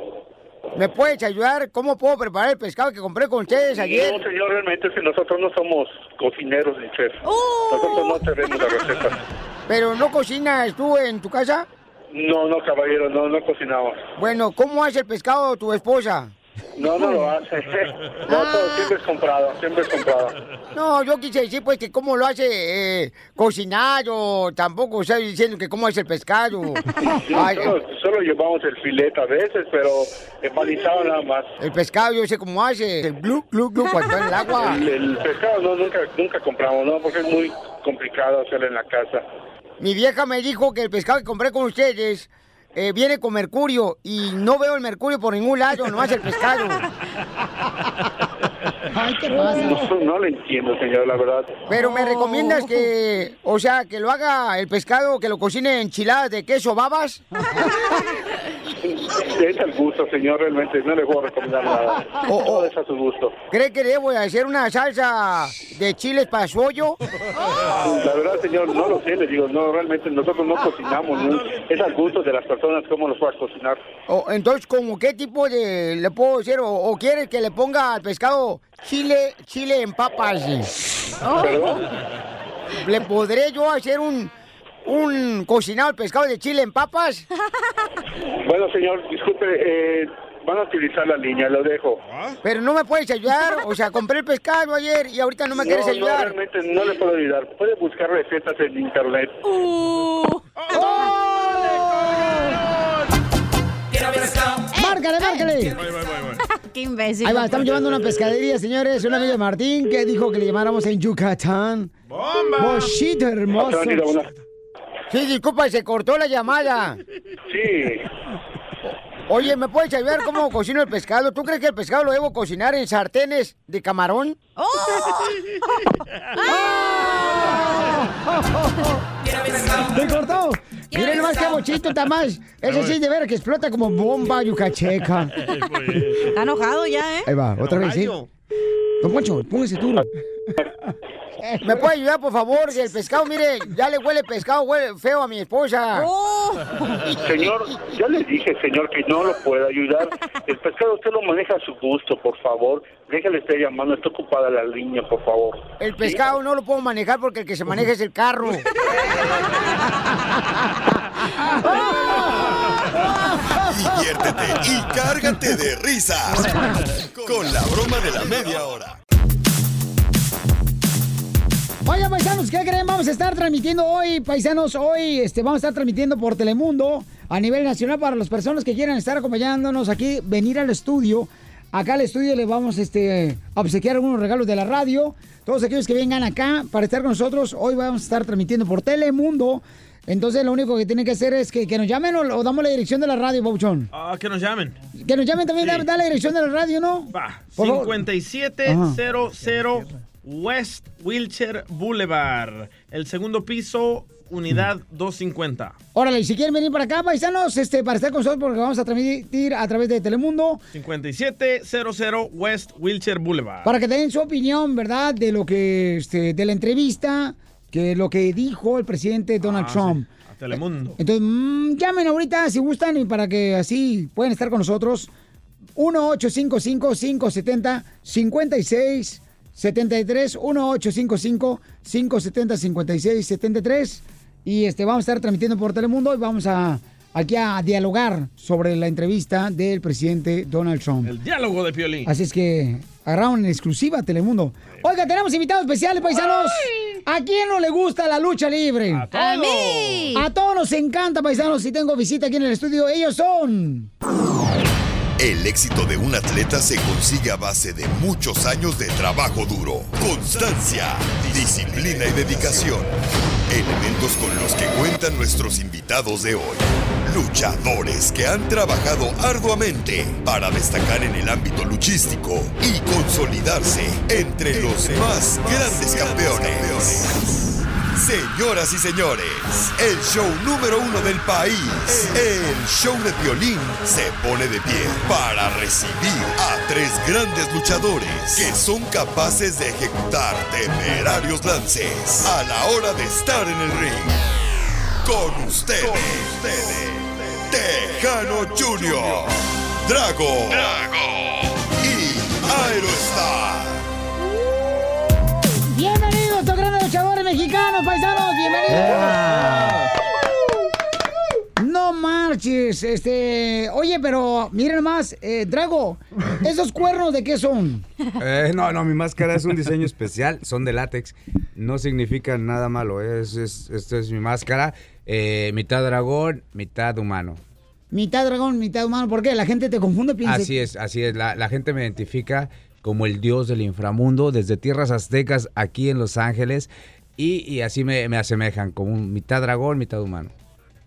S1: ¿Me puedes ayudar? ¿Cómo puedo preparar el pescado que compré con ustedes ayer?
S23: No, señor, realmente si nosotros no somos cocineros ni chefs. Nosotros
S1: Uh.
S23: no tenemos la receta.
S1: Pero no cocinas tú en tu casa.
S23: No, no, caballero, no, no cocinamos.
S1: Bueno, ¿cómo hace el pescado tu esposa?
S23: No, no lo hace. No, todo siempre es comprado, siempre es comprado.
S1: No, yo quise decir pues que cómo lo hace eh, cocinar o tampoco estoy diciendo que cómo hace el pescado.
S23: Sí,
S1: Ay,
S23: solo, solo llevamos el filete a veces, pero empalizado nada más.
S1: el pescado yo sé cómo hace. El glu, glu, glu cuando está en el agua.
S23: El, el pescado no, nunca, nunca compramos, ¿no? Porque es muy complicado hacerlo en la casa.
S1: Mi vieja me dijo que el pescado que compré con ustedes eh, viene con mercurio y no veo el mercurio por ningún lado, no hace el pescado. Ay, qué
S23: No, no lo entiendo, señor, la verdad.
S1: Pero me recomiendas que, o sea, que lo haga el pescado, que lo cocine enchiladas de queso babas.
S23: Es al gusto, señor, realmente. No le puedo recomendar nada.
S1: Oh,
S23: Todo es a su gusto.
S1: ¿Cree que debo hacer una salsa de chiles para su hoyo?
S23: La verdad, señor, no lo sé, le digo, no, realmente nosotros no cocinamos, ¿no? es al gusto de las personas cómo los va a cocinar.
S1: O, entonces, ¿cómo qué tipo de le puedo hacer? ¿O, o quieres que le ponga al pescado chile, chile en papas?
S23: ¿Perdón?
S1: ¿Le podré yo hacer un, un cocinado al pescado de chile en papas?
S23: Bueno, señor, disculpe, eh, van a utilizar la línea, lo dejo.
S1: Pero no me puedes ayudar, o sea, compré el pescado ayer y ahorita no me quieres
S23: No,
S1: ayudar.
S23: realmente no le puedo ayudar. Puede buscar recetas en internet.
S1: Márcale, márcale.
S6: Qué imbécil.
S19: Ahí va, estamos llevando una pescadería, señores. Un amigo de Martín que dijo que le llamáramos en Yucatán. ¡Bomba! ¡Boshita hermoso!
S1: Sí, disculpa, se cortó la llamada.
S23: Sí.
S1: Oye, ¿me puedes ayudar cómo cocino el pescado? ¿Tú crees que el pescado lo debo cocinar en sartenes de camarón?
S19: ¡Te cortó! Miren nomás qué bochito está más. Ese sí, de ver que explota como bomba yucacheca.
S6: Está enojado ya, ¿eh?
S19: Ahí va, otra vez, sí. Don Poncho, póngase tú.
S1: ¿Me puede ayudar, por favor? Si el pescado, mire, ya le huele pescado huele feo a mi esposa.
S6: Oh,
S23: Señor, ya le dije, señor, que no lo puedo ayudar. El pescado usted lo maneja a su gusto, por favor. Déjale estar llamando, está ocupada la línea, por favor.
S1: El pescado no lo puedo manejar porque el que se maneja es el carro.
S5: Diviértete y cárgate de risas con la broma de la media hora.
S19: Oigan, paisanos, ¿qué creen? Vamos a estar transmitiendo hoy, paisanos, hoy este, vamos a estar transmitiendo por Telemundo a nivel nacional para las personas que quieran estar acompañándonos aquí, venir al estudio. Acá al estudio le vamos este, a obsequiar algunos regalos de la radio. Todos aquellos que vengan acá para estar con nosotros, hoy vamos a estar transmitiendo por Telemundo. Entonces lo único que tienen que hacer es que, que nos llamen o, o damos la dirección de la radio, Bouchón.
S2: Ah, que nos llamen.
S19: Que nos llamen también,
S2: Sí.
S19: da, da la dirección de la radio, ¿no?
S2: Va,
S19: Por favor.
S2: 5700 West Wilshire Boulevard. El segundo piso, unidad
S19: Mm.
S2: 250.
S19: Órale, y si quieren venir para acá, paisanos, este, para estar con nosotros, porque vamos a transmitir a través de Telemundo,
S2: 5700 West Wilshire Boulevard.
S19: para que den su opinión, ¿verdad? De lo que, este, de la entrevista, que lo que dijo el presidente Donald
S2: Ah, sí,
S19: Trump.
S2: a Telemundo.
S19: Entonces, mm, llamen ahorita si gustan y para que así puedan estar con nosotros. 1-855-570-5673. 1-855-570-5673. Y este, vamos a estar transmitiendo por Telemundo y vamos a aquí a dialogar sobre la entrevista del presidente Donald Trump.
S2: Diálogo de Piolín.
S19: Así es que agarraron en exclusiva Telemundo. Oiga, tenemos invitados especiales, paisanos. ¿A quién no le gusta la lucha libre? A,
S2: todos. ¡A mí!
S19: A todos nos encanta, paisanos. Y tengo visita aquí en el estudio. Ellos son.
S5: El éxito de un atleta se consigue a base de muchos años de trabajo duro, constancia, disciplina y dedicación. Elementos con los que cuentan nuestros invitados de hoy. Luchadores que han trabajado arduamente para destacar en el ámbito luchístico y consolidarse entre los más grandes campeones. Señoras y señores, el show número uno del país, el show de violín, se pone de pie para recibir a tres grandes luchadores que son capaces de ejecutar temerarios lances a la hora de estar en el ring. Con ustedes, Tejano Junior, Drago, Drago y Aerostar.
S1: Bienvenidos, estos grandes luchadores mexicanos, paisanos, bienvenidos. No marches, este. Oye, pero miren más, eh, Drago, ¿esos cuernos de qué son?
S8: Eh, no, no, mi máscara es un diseño especial, son de látex, no significa nada malo, es, es- esto es mi máscara, eh, mitad dragón, mitad humano.
S1: Mitad dragón, mitad humano. ¿Por qué? La gente te confunde, piensa.
S8: Así es, así es, la, la gente me identifica como el dios del inframundo desde tierras aztecas aquí en Los Ángeles y, y así me, me asemejan, como un mitad dragón, mitad humano.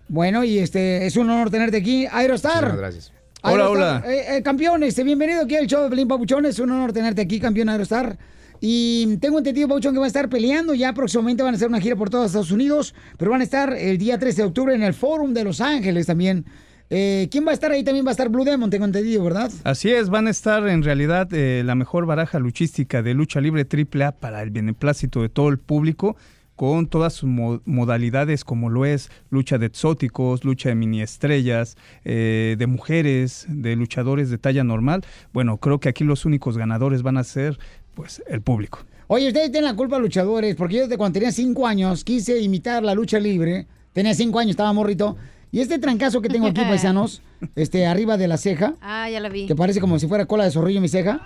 S1: Bueno, y este, es un honor tenerte aquí, Aerostar.
S8: Muchísimas gracias.
S1: Aerostar, eh, eh, campeón, este, bienvenido aquí al show de Pelín Papuchón. Es un honor tenerte aquí, campeón Aerostar. Y tengo entendido, Papuchón, que van a estar peleando. Ya próximamente van a hacer una gira por todos Estados Unidos, pero van a estar el día 13 de octubre en el Forum de Los Ángeles también. Eh, ¿Quién va a estar ahí? También va a estar Blue Demon, tengo entendido, ¿verdad?
S10: Así es, van a estar en realidad eh, la mejor baraja luchística de lucha libre AAA para el beneplácito de todo el público, con todas sus mo- modalidades como lo es lucha de exóticos, lucha de mini estrellas, eh, de mujeres, de luchadores de talla normal. Bueno, creo que aquí los únicos ganadores van a ser pues el público.
S1: Oye, ustedes tienen la culpa, luchadores, porque yo desde cuando tenía cinco años quise imitar la lucha libre. Tenía cinco años, estaba morrito. Y este trancazo que tengo aquí, paisanos, este, arriba de la ceja,
S6: Ah, ya la vi.
S1: que parece como si fuera cola de zorrillo mi ceja,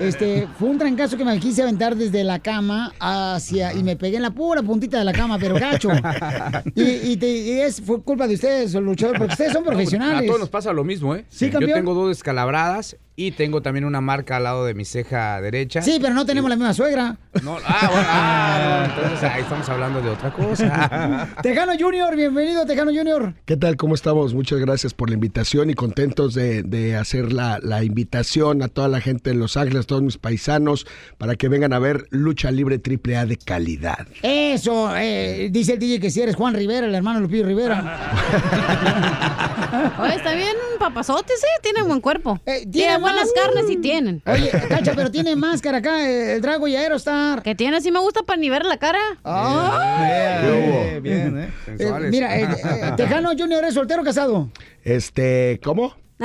S1: este, fue un trancazo que me quise aventar desde la cama hacia... Y me pegué en la pura puntita de la cama, pero gacho. Y, y te- y es, fue culpa de ustedes, luchadores, porque ustedes son
S8: A
S1: profesionales.
S8: todos nos pasa lo mismo, ¿eh?
S1: Sí,
S8: Yo
S1: campeón.
S8: tengo dos descalabradas y tengo también una marca al lado de mi ceja derecha.
S1: Sí, pero no tenemos la misma suegra.
S8: No, ah, bueno, ah, no, entonces ahí estamos hablando de otra cosa.
S1: Tejano Junior, bienvenido, Tejano Junior.
S19: ¿Qué tal? ¿Cómo estamos? Muchas gracias por la invitación y contentos de, de hacer la, la invitación a toda la gente de Los Ángeles, a todos mis paisanos, para que vengan a ver Lucha Libre AAA de calidad.
S1: Eso, eh, dice el DJ que si eres Juan Rivera, el hermano de Lupillo Rivera.
S6: Oye, está bien un papazote, sí, tiene buen cuerpo. tiene
S1: Eh, tiene
S6: buenas
S1: más-
S6: carnes y tienen.
S1: Oye, Cacha, pero tiene máscara acá, eh, el Drago y Aerostar.
S6: Que tiene, sí me gusta para ni ver la cara.
S10: Eh, bien, ¿eh?
S1: Eh, mira, eh, eh, Tejano Junior es soltero o casado.
S19: Este, ¿cómo?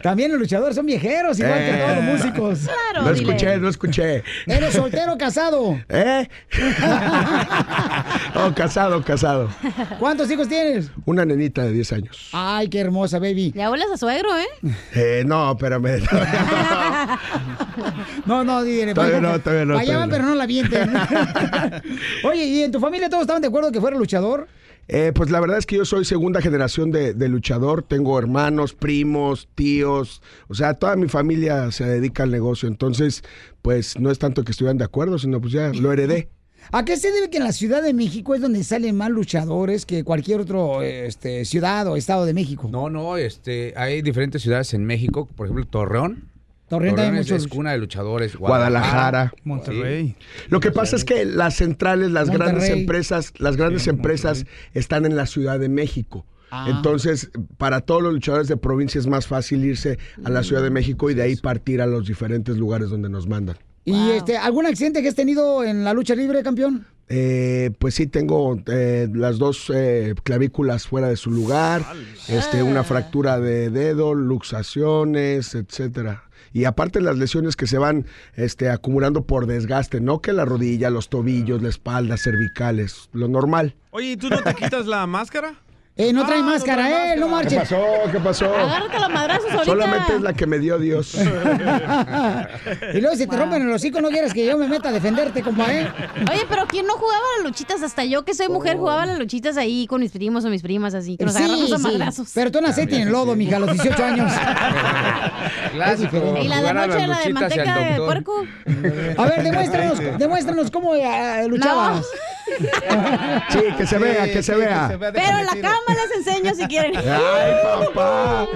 S1: También los luchadores son viejeros, igual que
S19: Eh,
S1: todos los músicos.
S19: no escuché, no escuché.
S1: ¿Eres soltero o casado?
S19: ¿Eh? oh, casado, casado.
S1: ¿Cuántos hijos tienes?
S19: Una nenita de 10 años.
S1: Ay, qué hermosa, baby.
S6: Le hablas a suegro, ¿eh?
S19: Eh, no, espérame.
S1: No, no, dile.
S19: Todavía
S7: pues,
S19: no, todavía no,
S1: Fallaban,
S19: todavía
S1: pero
S19: no.
S1: no la vienten. Oye, ¿y en tu familia todos estaban de acuerdo que fuera luchador?
S19: Eh, pues la verdad es que yo soy segunda generación de, de luchador. Tengo hermanos, primos, tíos. O sea, toda mi familia se dedica al negocio. Entonces, pues no es tanto que estuvieran de acuerdo, sino pues ya lo heredé.
S1: ¿A qué se debe que en la Ciudad de México es donde salen más luchadores que cualquier otro este, ciudad o estado de México?
S8: No, no, este, hay diferentes ciudades en México, por ejemplo, Torreón.
S1: Torreón también
S8: es,
S1: muchos
S8: es cuna de luchadores.
S19: Guadalajara.
S8: Monterrey.
S19: Lo que pasa es que las centrales, las grandes
S8: Monterrey.
S19: empresas, las grandes empresas están en la Ciudad de México.
S1: Ah.
S19: Entonces, para todos los luchadores de provincia es más fácil irse a
S1: Mm.
S19: la Ciudad de México y de ahí partir a los diferentes lugares donde nos mandan.
S1: ¿Y este, algún accidente que has tenido en la lucha libre, campeón?
S19: Eh, pues sí, tengo eh, las dos eh, clavículas fuera de su lugar, este, una fractura de dedo, luxaciones, etcétera. Y aparte las lesiones que se van este, acumulando por desgaste, ¿no? Que la rodilla, los tobillos, la espalda, cervicales, lo normal.
S2: Oye, ¿y tú no te quitas la máscara?
S1: Eh, no
S19: Ah,
S1: trae máscara, ¿eh? No
S19: ¿Qué
S1: marches.
S19: pasó? ¿Qué pasó?
S1: Agárrate los madrazos Ah, pues ahorita.
S19: Solamente es la que me dio Dios.
S1: y luego si te rompen el hocico, no quieres que yo me meta a defenderte, compa, ¿eh? Oh.
S6: Oye, pero ¿quién no jugaba a las luchitas? Hasta yo que soy mujer jugaba a las luchitas ahí con mis primos o mis primas así, que nos
S1: Sí,
S6: agarramos a
S1: sí.
S6: madrazos.
S1: Pero tú naciste en el lodo, mija, a los 18 años.
S8: Clásico.
S6: Y la de
S8: jugar a
S6: noche,
S8: las
S6: la
S8: luchitas y
S6: de
S8: al
S6: manteca de
S8: doctor.
S6: puerco.
S1: A ver, demuéstranos, demuéstranos cómo eh, luchabas.
S19: Sí, que se vea, que se vea.
S6: Pero en la cama les enseño si quieren.
S19: Ay, papá.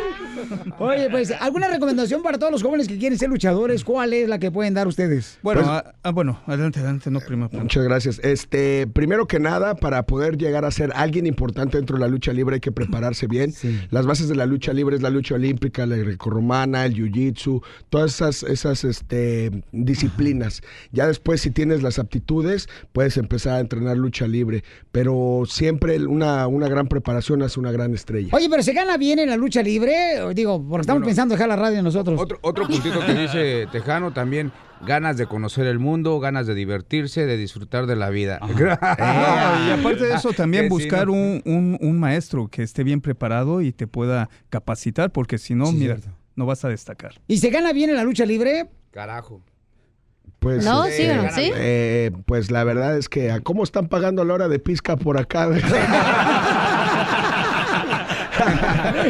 S1: Oye, pues, ¿alguna recomendación para todos los jóvenes que quieren ser luchadores? ¿Cuál es la que pueden dar ustedes?
S10: Bueno,
S1: Pues-
S10: ah, ah, bueno, adelante, adelante, no, prima. prima.
S19: Muchas gracias. Este, primero que nada, para poder llegar a ser alguien importante dentro de la lucha libre hay que prepararse bien. Las bases de la lucha libre es la lucha olímpica, la grecorromana, el jiu-jitsu, todas esas, esas este, disciplinas. Ya después, si tienes las aptitudes, puedes empezar a entrenar lucha libre. Pero siempre el- una, una gran preparación hace una gran estrella.
S1: Oye, pero ¿se gana bien en la lucha libre? O Digo, porque estamos pensando dejar la radio nosotros.
S8: Otro puntito que dice Tejano también, ganas de conocer el mundo, ganas de divertirse, de disfrutar de la vida. Eh,
S10: y aparte de eso, también
S8: Que sí,
S10: buscar
S8: ¿no?
S10: un, un- un maestro que esté bien preparado y te pueda capacitar, porque si no, mira, no vas a destacar.
S1: ¿Y se gana bien en la lucha libre?
S8: Carajo.
S19: Pues,
S1: No, sí,
S19: eh,
S1: ¿no? ¿Sí?
S19: eh, pues la verdad es que, ¿a ¿cómo están pagando a la hora de pizca por acá?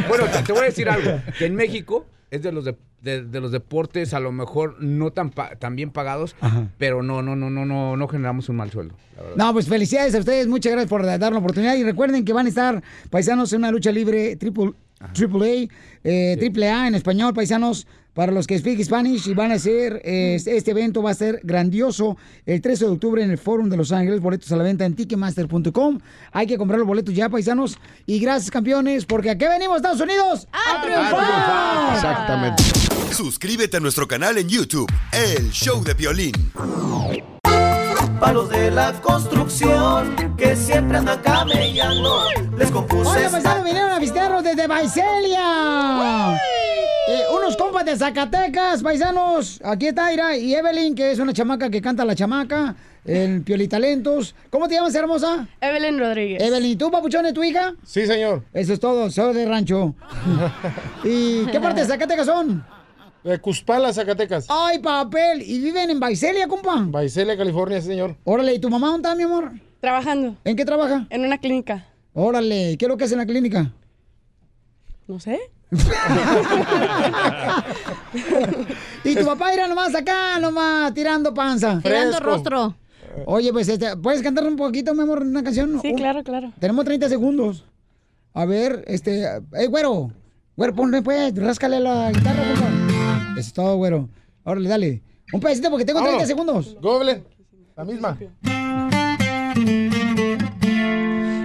S8: Bueno, te, te voy a decir algo. Que en México es de los de, de- de los deportes a lo mejor no tan pa- tan bien pagados, pero no no no no no no generamos un mal sueldo. la verdad.
S1: No, pues felicidades a ustedes, muchas gracias por dar la oportunidad y recuerden que van a estar paisanos en una lucha libre triple, triple A, eh, triple A en español, paisanos para los que speak Spanish y van a ser, eh, este evento va a ser grandioso el 13 de octubre en el Fórum de Los Ángeles, boletos a la venta en ticketmaster.com, hay que comprar los boletos ya paisanos y gracias campeones porque aquí venimos Estados Unidos a triunfar.
S19: Exactamente.
S5: Suscríbete a nuestro canal en YouTube, El Show de Violín.
S29: Palos de la construcción que siempre andan camellando. Les
S12: Pues
S29: compuse
S1: Oye,
S29: esta
S1: paisanos, vinieron a visitarnos desde Vaiselia. Eh, unos compas de Zacatecas, paisanos. Aquí está Ira y Evelyn, que es una chamaca que canta la chamaca, el Piolitalentos. ¿Cómo te llamas, hermosa?
S12: Evelyn Rodríguez.
S1: Evelyn, ¿tú, papuchón, es tu hija? Sí, señor. Eso es todo, soy de rancho. ¿Y qué parte de Zacatecas son?
S2: De Cuspala, Zacatecas.
S1: ¡Ay, papel! ¿Y viven en Vaiselia, compa?
S2: Vaiselia, California, sí, señor.
S1: Órale, ¿y tu mamá dónde está, mi amor?
S12: Trabajando.
S1: ¿En qué trabaja?
S12: En una clínica.
S1: Órale, ¿qué es lo que hace en la clínica?
S12: No sé.
S1: Y tu papá irá nomás acá, nomás, tirando panza.
S6: Tirando Fresco. rostro.
S1: Oye, pues, este, ¿puedes cantar un poquito, mi amor, una canción?
S12: Sí,
S1: Un-
S12: claro, claro.
S1: Tenemos 30 segundos. A ver, este... ¡Ey, güero! Güero, ponle, pues, ráscale la guitarra, por favor. Eso es todo, güero. Órale, dale. Un pedacito porque tengo 30
S2: Vámonos.
S1: segundos.
S2: Goble, la misma.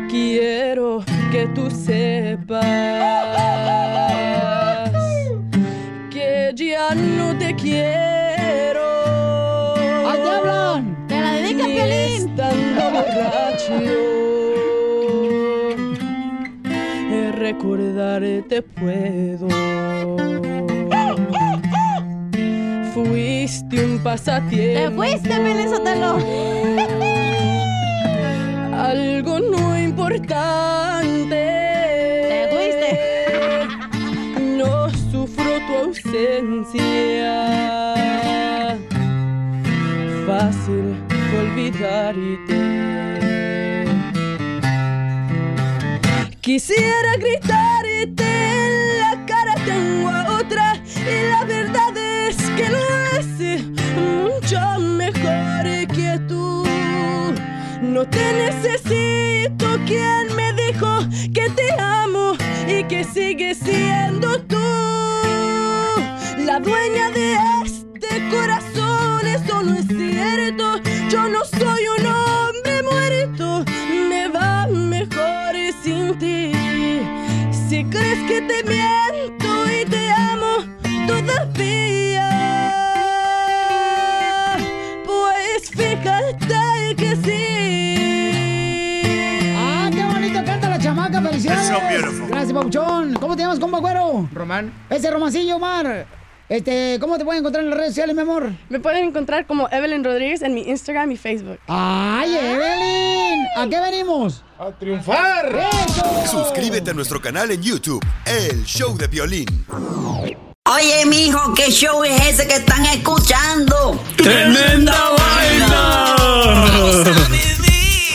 S12: Quiero que tú sepas que ya no te quiero.
S1: ¡Ahí te hablan!
S12: ¡Te la dedica, Piolín! Estando borracho, eh, recordarte puedo. Fuiste un pasatiempo. ¡Te fuiste, Piolín Algo no importante. ¡Te fuiste! No sufro tu ausencia fácil fue olvidarte. Quisiera gritarte en la cara tengo a otra y la verdad es que lo hace mucho mejor que tú. No te necesito, quien me dijo que te amo y que sigues siendo tú la dueña de este corazón. Eso no es cierto, yo no soy un hombre muerto, me va mejor sin ti. Si crees que te miento y te amo todavía, pues fíjate que sí.
S1: ¡Ah, qué bonito canta la chamaca! ¡Felicidades!
S12: That's so beautiful.
S1: Gracias, Pabuchón. ¿Cómo te llamas, compa, güero?
S12: Román.
S1: Ese romancillo, Omar. Este, ¿cómo te pueden encontrar en las redes sociales, mi amor?
S12: Me pueden encontrar como Evelyn Rodríguez en mi Instagram y Facebook.
S1: ¡Ay, Evelyn! ¿A qué venimos?
S6: ¡A triunfar!
S5: Suscríbete a nuestro canal en YouTube, El Show de Violín.
S12: Oye, mijo, ¿qué show es ese que están escuchando?
S15: ¡Tremenda vaina!